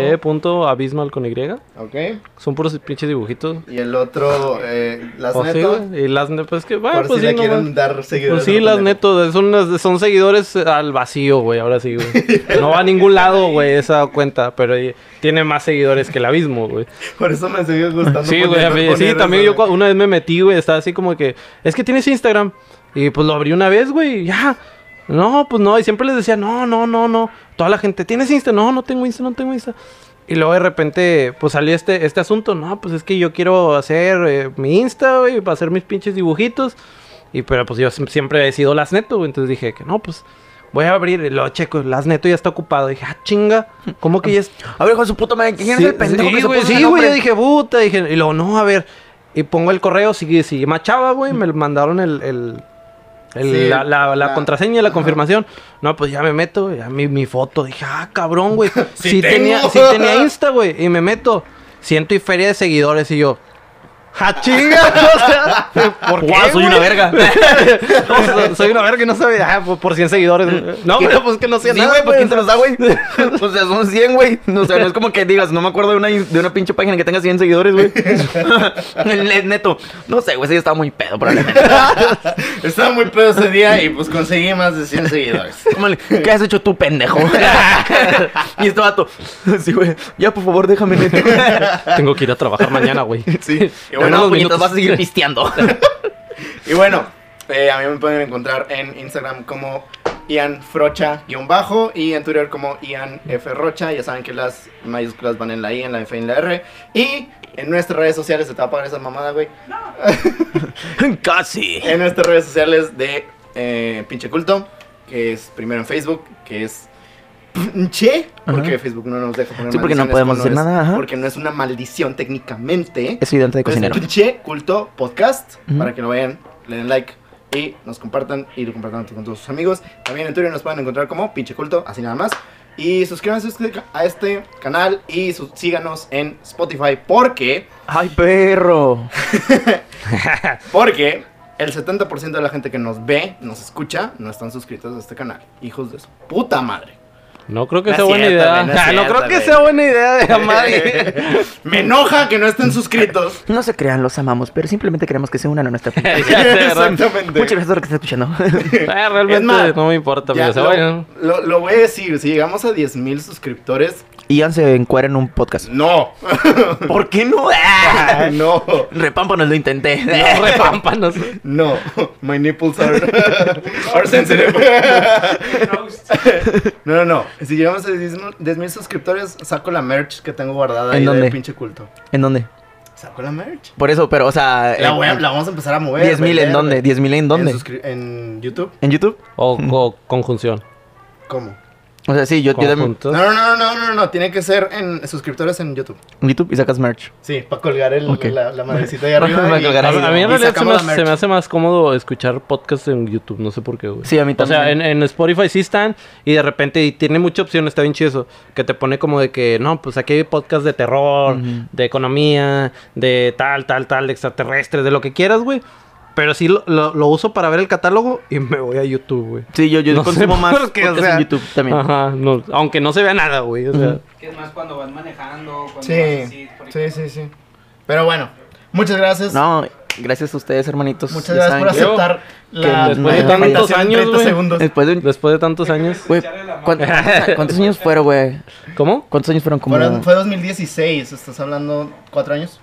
Speaker 2: dhe.abismal con Y.
Speaker 1: Ok.
Speaker 2: Son puros pinches dibujitos.
Speaker 1: Y el otro, eh, las
Speaker 2: O Oh, Pues sí,
Speaker 1: neto.
Speaker 2: güey, y las neto, pues que, bueno,
Speaker 1: por
Speaker 2: pues
Speaker 1: si
Speaker 2: sí,
Speaker 1: le
Speaker 2: no,
Speaker 1: quieren
Speaker 2: güey.
Speaker 1: dar seguidores.
Speaker 2: Pues sí,
Speaker 1: a
Speaker 2: las
Speaker 1: neto.
Speaker 2: netos, son, unas- son seguidores al vacío, güey, ahora sí, güey. No va a ningún lado, güey, esa cuenta, pero eh, tiene más seguidores que el abismo, güey.
Speaker 1: Por eso me sigue gustando.
Speaker 2: Sí,
Speaker 1: poner-
Speaker 2: güey, a mí-
Speaker 1: poner
Speaker 2: sí,
Speaker 1: eso,
Speaker 2: también yo
Speaker 1: güey.
Speaker 2: cua- una vez me metí, güey, estaba así como que, es que tienes Instagram. Y pues lo abrí una vez, güey, y ya. No, pues no, y siempre les decía, no, no, no, no. Toda la gente, ¿tienes Insta? No, no tengo Insta, no tengo Insta. Y luego de repente, pues salió este, este asunto, no, pues es que yo quiero hacer eh, mi Insta, güey, para hacer mis pinches dibujitos. Y pero pues yo siem- siempre he sido las neto, güey, entonces dije que no, pues voy a abrir, y lo checo, las neto ya está ocupado. dije, ah, chinga, ¿cómo que ya está?
Speaker 3: A ver, hijo de su puta madre, ¿quién es
Speaker 2: Sí,
Speaker 3: el pendejo
Speaker 2: sí,
Speaker 3: que se
Speaker 2: güey,
Speaker 3: puso
Speaker 2: sí,
Speaker 3: ese
Speaker 2: güey,
Speaker 3: nombre?
Speaker 2: yo dije, puta, dije, y luego, no, a ver, y pongo el correo, sigue, sigue, machaba, güey, me mandaron el, el- el-
Speaker 1: Sí,
Speaker 2: la, la- la
Speaker 1: la-
Speaker 2: contraseña, la confirmación, no, pues ya me meto, ya mi, mi foto, dije, ah, cabrón, güey, sí,
Speaker 1: Sí
Speaker 2: tenía,
Speaker 1: tengo.
Speaker 2: sí tenía Insta, güey, y me meto, ciento y feria de seguidores, y yo... ¡Ja, chinga! O sea, ¿por qué,
Speaker 3: Guau, soy
Speaker 2: güey?
Speaker 3: una verga.
Speaker 2: No, so- soy una verga y no sabía. Ah, por, por 100 seguidores. No, pero pues que no sea
Speaker 3: Sí,
Speaker 2: nada.
Speaker 3: güey, pues
Speaker 2: güey.
Speaker 3: ¿quién te los da, güey? O sea, son 100, güey. O sea, no es como que digas, no me acuerdo de una, de una pinche página que tenga 100 seguidores, güey. El Neto. No sé, güey, ese día estaba muy pedo, probablemente.
Speaker 1: Estaba muy pedo ese día y pues conseguí más de 100 seguidores.
Speaker 3: Como el, ¿Qué has hecho tú, pendejo? y este vato. Sí, güey. Ya, por favor, déjame, Neto.
Speaker 2: Tengo que ir a trabajar mañana, güey.
Speaker 1: Sí. Y bueno, pues,
Speaker 3: Bueno, no,
Speaker 2: unos
Speaker 3: puñetas,
Speaker 2: minutos.
Speaker 3: vas a seguir pisteando.
Speaker 1: y bueno eh, a mí me pueden encontrar en Instagram como Ian Frocha-bajo y en Twitter como Ian F. Rocha. Ya saben que las mayúsculas van en la I, en la F y en la R. Y en nuestras redes sociales, se te va a apagar esa mamada, güey.
Speaker 3: Casi.
Speaker 1: En nuestras redes sociales de eh, Pinche Culto, que es primero en Facebook, que es Pinche, porque
Speaker 3: Ajá.
Speaker 1: Facebook no nos deja poner
Speaker 3: Sí, porque no
Speaker 1: maldiciones
Speaker 3: podemos
Speaker 1: cuando
Speaker 3: hacer
Speaker 1: es-
Speaker 3: nada, ajá.
Speaker 1: Porque no es una maldición técnicamente.
Speaker 3: Es ayudante de
Speaker 1: Entonces,
Speaker 3: cocinero.
Speaker 1: Pinche Culto Podcast.
Speaker 3: Ujú.
Speaker 1: Para que lo vean, le den like y nos compartan y lo compartan con todos sus amigos. También en Twitter nos pueden encontrar como Pinche Culto, así nada más. Y suscríbanse a este canal y su- síganos en Spotify porque,
Speaker 3: Ay, perro.
Speaker 1: porque el 70% de la gente que nos ve, nos escucha, no están suscritos a este canal. Hijos de su puta madre.
Speaker 2: No creo que
Speaker 1: No
Speaker 2: sea
Speaker 1: es
Speaker 2: buena
Speaker 1: cierto,
Speaker 2: idea.
Speaker 1: güey, no es
Speaker 2: Ah, No,
Speaker 1: cierto,
Speaker 2: creo que
Speaker 1: güey.
Speaker 2: sea buena idea de amar.
Speaker 1: Me enoja que no estén suscritos.
Speaker 3: No se crean, los amamos, pero simplemente queremos que se unan a nuestra familia.
Speaker 1: Exactamente.
Speaker 3: Muchas gracias por lo que está escuchando.
Speaker 2: Ah, realmente
Speaker 1: Es más,
Speaker 2: no me importa.
Speaker 1: Ya,
Speaker 2: pero, o sea,
Speaker 1: lo,
Speaker 2: bueno,
Speaker 1: lo- lo voy a decir, si llegamos a 10.000 suscriptores,
Speaker 3: Ian se encuadra en un podcast.
Speaker 1: no.
Speaker 3: ¿Por qué no? Ah,
Speaker 1: no,
Speaker 3: Repámpanos lo intenté.
Speaker 2: no repámpanos.
Speaker 1: no. My nipples are, are sensitive. no, no, no. Si llegamos a 10.000 10,000 suscriptores, saco la merch que tengo guardada
Speaker 3: ¿En
Speaker 1: ahí
Speaker 3: dónde?
Speaker 1: de pinche culto.
Speaker 3: ¿En dónde?
Speaker 1: Saco la merch.
Speaker 3: Por eso, pero, o sea.
Speaker 2: Eh,
Speaker 1: La,
Speaker 3: en-
Speaker 1: voy a- la vamos a empezar a mover.
Speaker 3: 10.000 en
Speaker 1: vender,
Speaker 3: dónde?
Speaker 1: güey.
Speaker 3: 10.000 en dónde?
Speaker 1: En, suscri- en YouTube.
Speaker 3: ¿En YouTube?
Speaker 2: O, o conjunción.
Speaker 1: ¿Cómo?
Speaker 3: O sea, sí, yo, yo también.
Speaker 1: No,
Speaker 2: Conjunto.
Speaker 1: no, no, no, no, no. Tiene que ser en suscriptores en YouTube.
Speaker 3: En YouTube y sacas merch.
Speaker 1: Sí, para colgar el,
Speaker 3: Ok.
Speaker 1: la, la madrecita ahí arriba.
Speaker 3: Para
Speaker 1: y-
Speaker 3: colgar
Speaker 2: A,
Speaker 3: ahí.
Speaker 2: a mí en
Speaker 1: y
Speaker 2: realidad se me,
Speaker 1: sacamos la merch.
Speaker 2: se me hace más cómodo escuchar podcasts en YouTube. No sé por qué, güey.
Speaker 3: Sí, a mí
Speaker 2: O
Speaker 3: también.
Speaker 2: sea, en, en Spotify sí están y de repente y tiene mucha opción, está bien chido eso, que te pone como de que, no, pues aquí hay podcast de terror,
Speaker 3: Ujú.
Speaker 2: de economía, de tal, tal, tal, de extraterrestres, de lo que quieras, güey. Pero sí lo, lo- lo uso para ver el catálogo y me voy a YouTube, güey.
Speaker 3: Sí, yo, yo
Speaker 2: No sé
Speaker 3: consumo más
Speaker 2: por qué, o
Speaker 3: podcasts
Speaker 2: sea.
Speaker 3: en YouTube también.
Speaker 2: Ajá, no, aunque no se vea nada, güey. O sea,
Speaker 3: Ujú.
Speaker 4: Que es más cuando vas manejando, cuando vas así,
Speaker 1: Sí,
Speaker 4: por
Speaker 1: sí, sí, sí. Pero bueno, muchas gracias.
Speaker 3: No, gracias a ustedes, hermanitos.
Speaker 1: muchas
Speaker 3: Ya
Speaker 1: gracias
Speaker 3: saben
Speaker 1: por
Speaker 3: que-
Speaker 2: hacer-
Speaker 1: aceptar la
Speaker 3: después de
Speaker 1: la
Speaker 3: tantos
Speaker 1: invitación,
Speaker 2: años,
Speaker 1: 30
Speaker 2: güey.
Speaker 1: segundos.
Speaker 3: Después de.
Speaker 2: después de tantos años.
Speaker 3: Güey,
Speaker 4: Echarle la mano.
Speaker 3: ¿cuántos, cuántos años fueron, güey?
Speaker 2: ¿Cómo?
Speaker 3: ¿Cuántos años fueron como?
Speaker 1: Fueron- fue 2016, estás hablando cuatro años.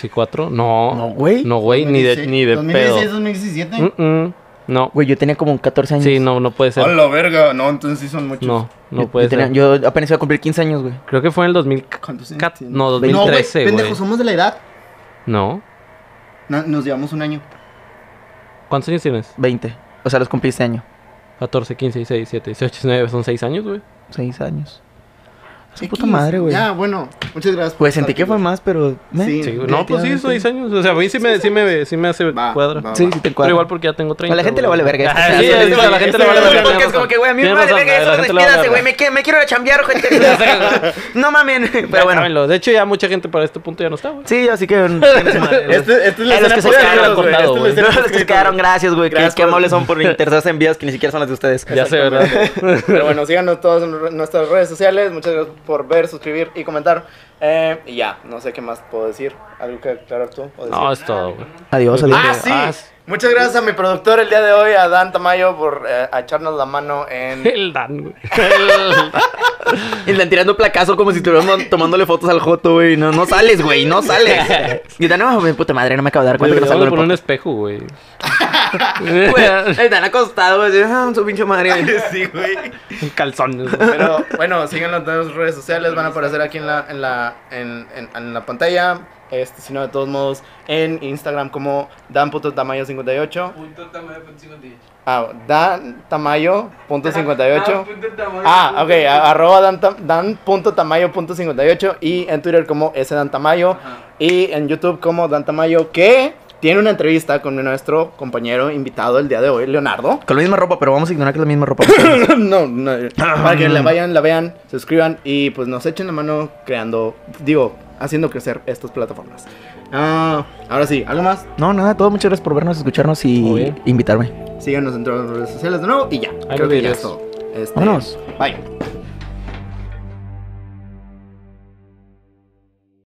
Speaker 2: 2014. No.
Speaker 3: No, güey.
Speaker 2: No, güey, ni de, ni de
Speaker 1: 2016,
Speaker 2: pedo.
Speaker 1: 2017.
Speaker 2: Mm, mm, no.
Speaker 3: Güey, yo tenía como 14 años.
Speaker 2: Sí, no, no puede ser.
Speaker 1: A la verga. No, entonces sí son muchos.
Speaker 2: No,
Speaker 3: Yo-
Speaker 2: no puede
Speaker 3: yo, tenía-
Speaker 2: ser.
Speaker 3: yo apenas iba a cumplir 15 años, güey.
Speaker 2: Creo que fue en el 2014.
Speaker 1: ¿Cuántos años
Speaker 2: Cat-
Speaker 1: tienes?
Speaker 2: no,
Speaker 1: güey,
Speaker 2: 2013, güey.
Speaker 1: pendejo, somos de la edad.
Speaker 2: No.
Speaker 1: Na- nos llevamos un año.
Speaker 2: ¿Cuántos años tienes?
Speaker 3: 20. O sea, los cumplí este año.
Speaker 2: 14, 15, 16, 17, 18, 19. Son 6 años, güey.
Speaker 3: 6 años. Su
Speaker 1: X,
Speaker 3: puta madre, güey.
Speaker 1: Ya, bueno. Muchas gracias. por
Speaker 3: Pues sentí
Speaker 1: estar
Speaker 3: que
Speaker 1: aquí,
Speaker 3: fue
Speaker 1: güey.
Speaker 3: más, ¿eh? pero. meh.
Speaker 1: Sí.
Speaker 2: Sí, güey. no, pues sí,
Speaker 3: Relativamente.
Speaker 2: 6 años. O sea, a mí sí me, sí me, sí me hace
Speaker 1: Va,
Speaker 2: cuadra.
Speaker 1: va,
Speaker 3: Sí,
Speaker 1: va.
Speaker 3: sí, te
Speaker 2: Pero
Speaker 3: cuadro.
Speaker 2: igual porque ya tengo 30.
Speaker 3: A la gente le
Speaker 2: güey.
Speaker 3: vale verga.
Speaker 2: Ah, sí,
Speaker 3: esto. O sea,
Speaker 2: es que a la gente le vale
Speaker 3: este
Speaker 2: verga.
Speaker 3: podcast
Speaker 2: tienes
Speaker 3: como
Speaker 2: razón.
Speaker 3: que, güey, a mí me
Speaker 2: Tienes
Speaker 3: vale
Speaker 2: razón, a
Speaker 3: verga
Speaker 2: la
Speaker 3: eso de
Speaker 2: gente
Speaker 3: las
Speaker 2: le vale
Speaker 3: quedas, güey.
Speaker 2: verga.
Speaker 3: Me que- me quiero ir a chambear, gente. No mamen.
Speaker 2: Ya
Speaker 3: Pero bueno.
Speaker 2: sábenlo. De hecho, ya mucha gente para este punto ya no está, güey.
Speaker 3: Sí, así que.
Speaker 1: Este, este es la
Speaker 3: A los
Speaker 1: escena
Speaker 3: que se
Speaker 1: post- güey.
Speaker 3: quedaron,
Speaker 2: contado,
Speaker 1: Esta es la escena
Speaker 3: No, los que se
Speaker 1: post-
Speaker 3: quedaron, gracias, güey. Que,
Speaker 1: Gracias
Speaker 3: que
Speaker 1: por-
Speaker 3: amables son por interesarse en vidas que ni siquiera son las de ustedes.
Speaker 2: Ya sé, ¿verdad?
Speaker 1: Exactamente. Pero bueno, síganos todos en re- nuestras redes sociales. Muchas gracias por ver, suscribir y comentar. Eh, y ya, no sé qué más puedo decir. ¿Algo que aclarar tú? o decir?
Speaker 2: No, es todo, güey.
Speaker 3: Adiós, adiós.
Speaker 1: ah, sí.
Speaker 2: Ah, sí.
Speaker 1: Muchas gracias a mi productor el día de hoy, a Dan Tamayo, por eh, echarnos la mano en.
Speaker 2: El Dan, güey. El-
Speaker 3: Y le tirando placazo como si estuviéramos tomándole fotos al Joto, güey. No, no sales, güey. No sales. Y Dana, no, mi puta madre, no me acabo de dar cuenta que no
Speaker 2: Deberíamos
Speaker 3: salgo
Speaker 2: de poner un
Speaker 3: del podcast.
Speaker 2: espejo, güey.
Speaker 3: Güey, están acostados, güey. Ah, su pinche madre.
Speaker 1: sí, güey.
Speaker 2: Calzones.
Speaker 1: Pero bueno, síganos en todas las redes sociales. Van a aparecer aquí en la, en la, en, en- en la pantalla. Este, si no, de todos modos, en Instagram como dan.tamayo58.
Speaker 4: Punto tamaño, punto 58.
Speaker 1: Ah,
Speaker 4: Ah,
Speaker 1: dantamayo.58.
Speaker 4: punto tamaño,
Speaker 1: Ah,
Speaker 4: punto
Speaker 1: ok, a- arroba dan tam- dan.tamayo.58 y en Twitter como sdantamayo
Speaker 4: Ajá.
Speaker 1: y en YouTube como dantamayo que tiene una entrevista con nuestro compañero invitado el día de hoy, Leonardo.
Speaker 3: Con la misma ropa, pero vamos a ignorar que es la misma ropa.
Speaker 1: no, no, eh, para que la vayan, la vean, se suscriban y pues nos echen la mano creando, digo, haciendo crecer estas plataformas. Ah, ahora sí, ¿algo más?
Speaker 3: No, nada, todo. Muchas gracias por vernos, escucharnos y
Speaker 2: Muy bien.
Speaker 3: invitarme.
Speaker 1: Síganos en todas las redes sociales de nuevo y ya.
Speaker 2: Ahí
Speaker 1: creo
Speaker 2: lo
Speaker 1: que ya
Speaker 2: tienes.
Speaker 1: es todo. Este,
Speaker 3: Vámonos.
Speaker 1: Bye.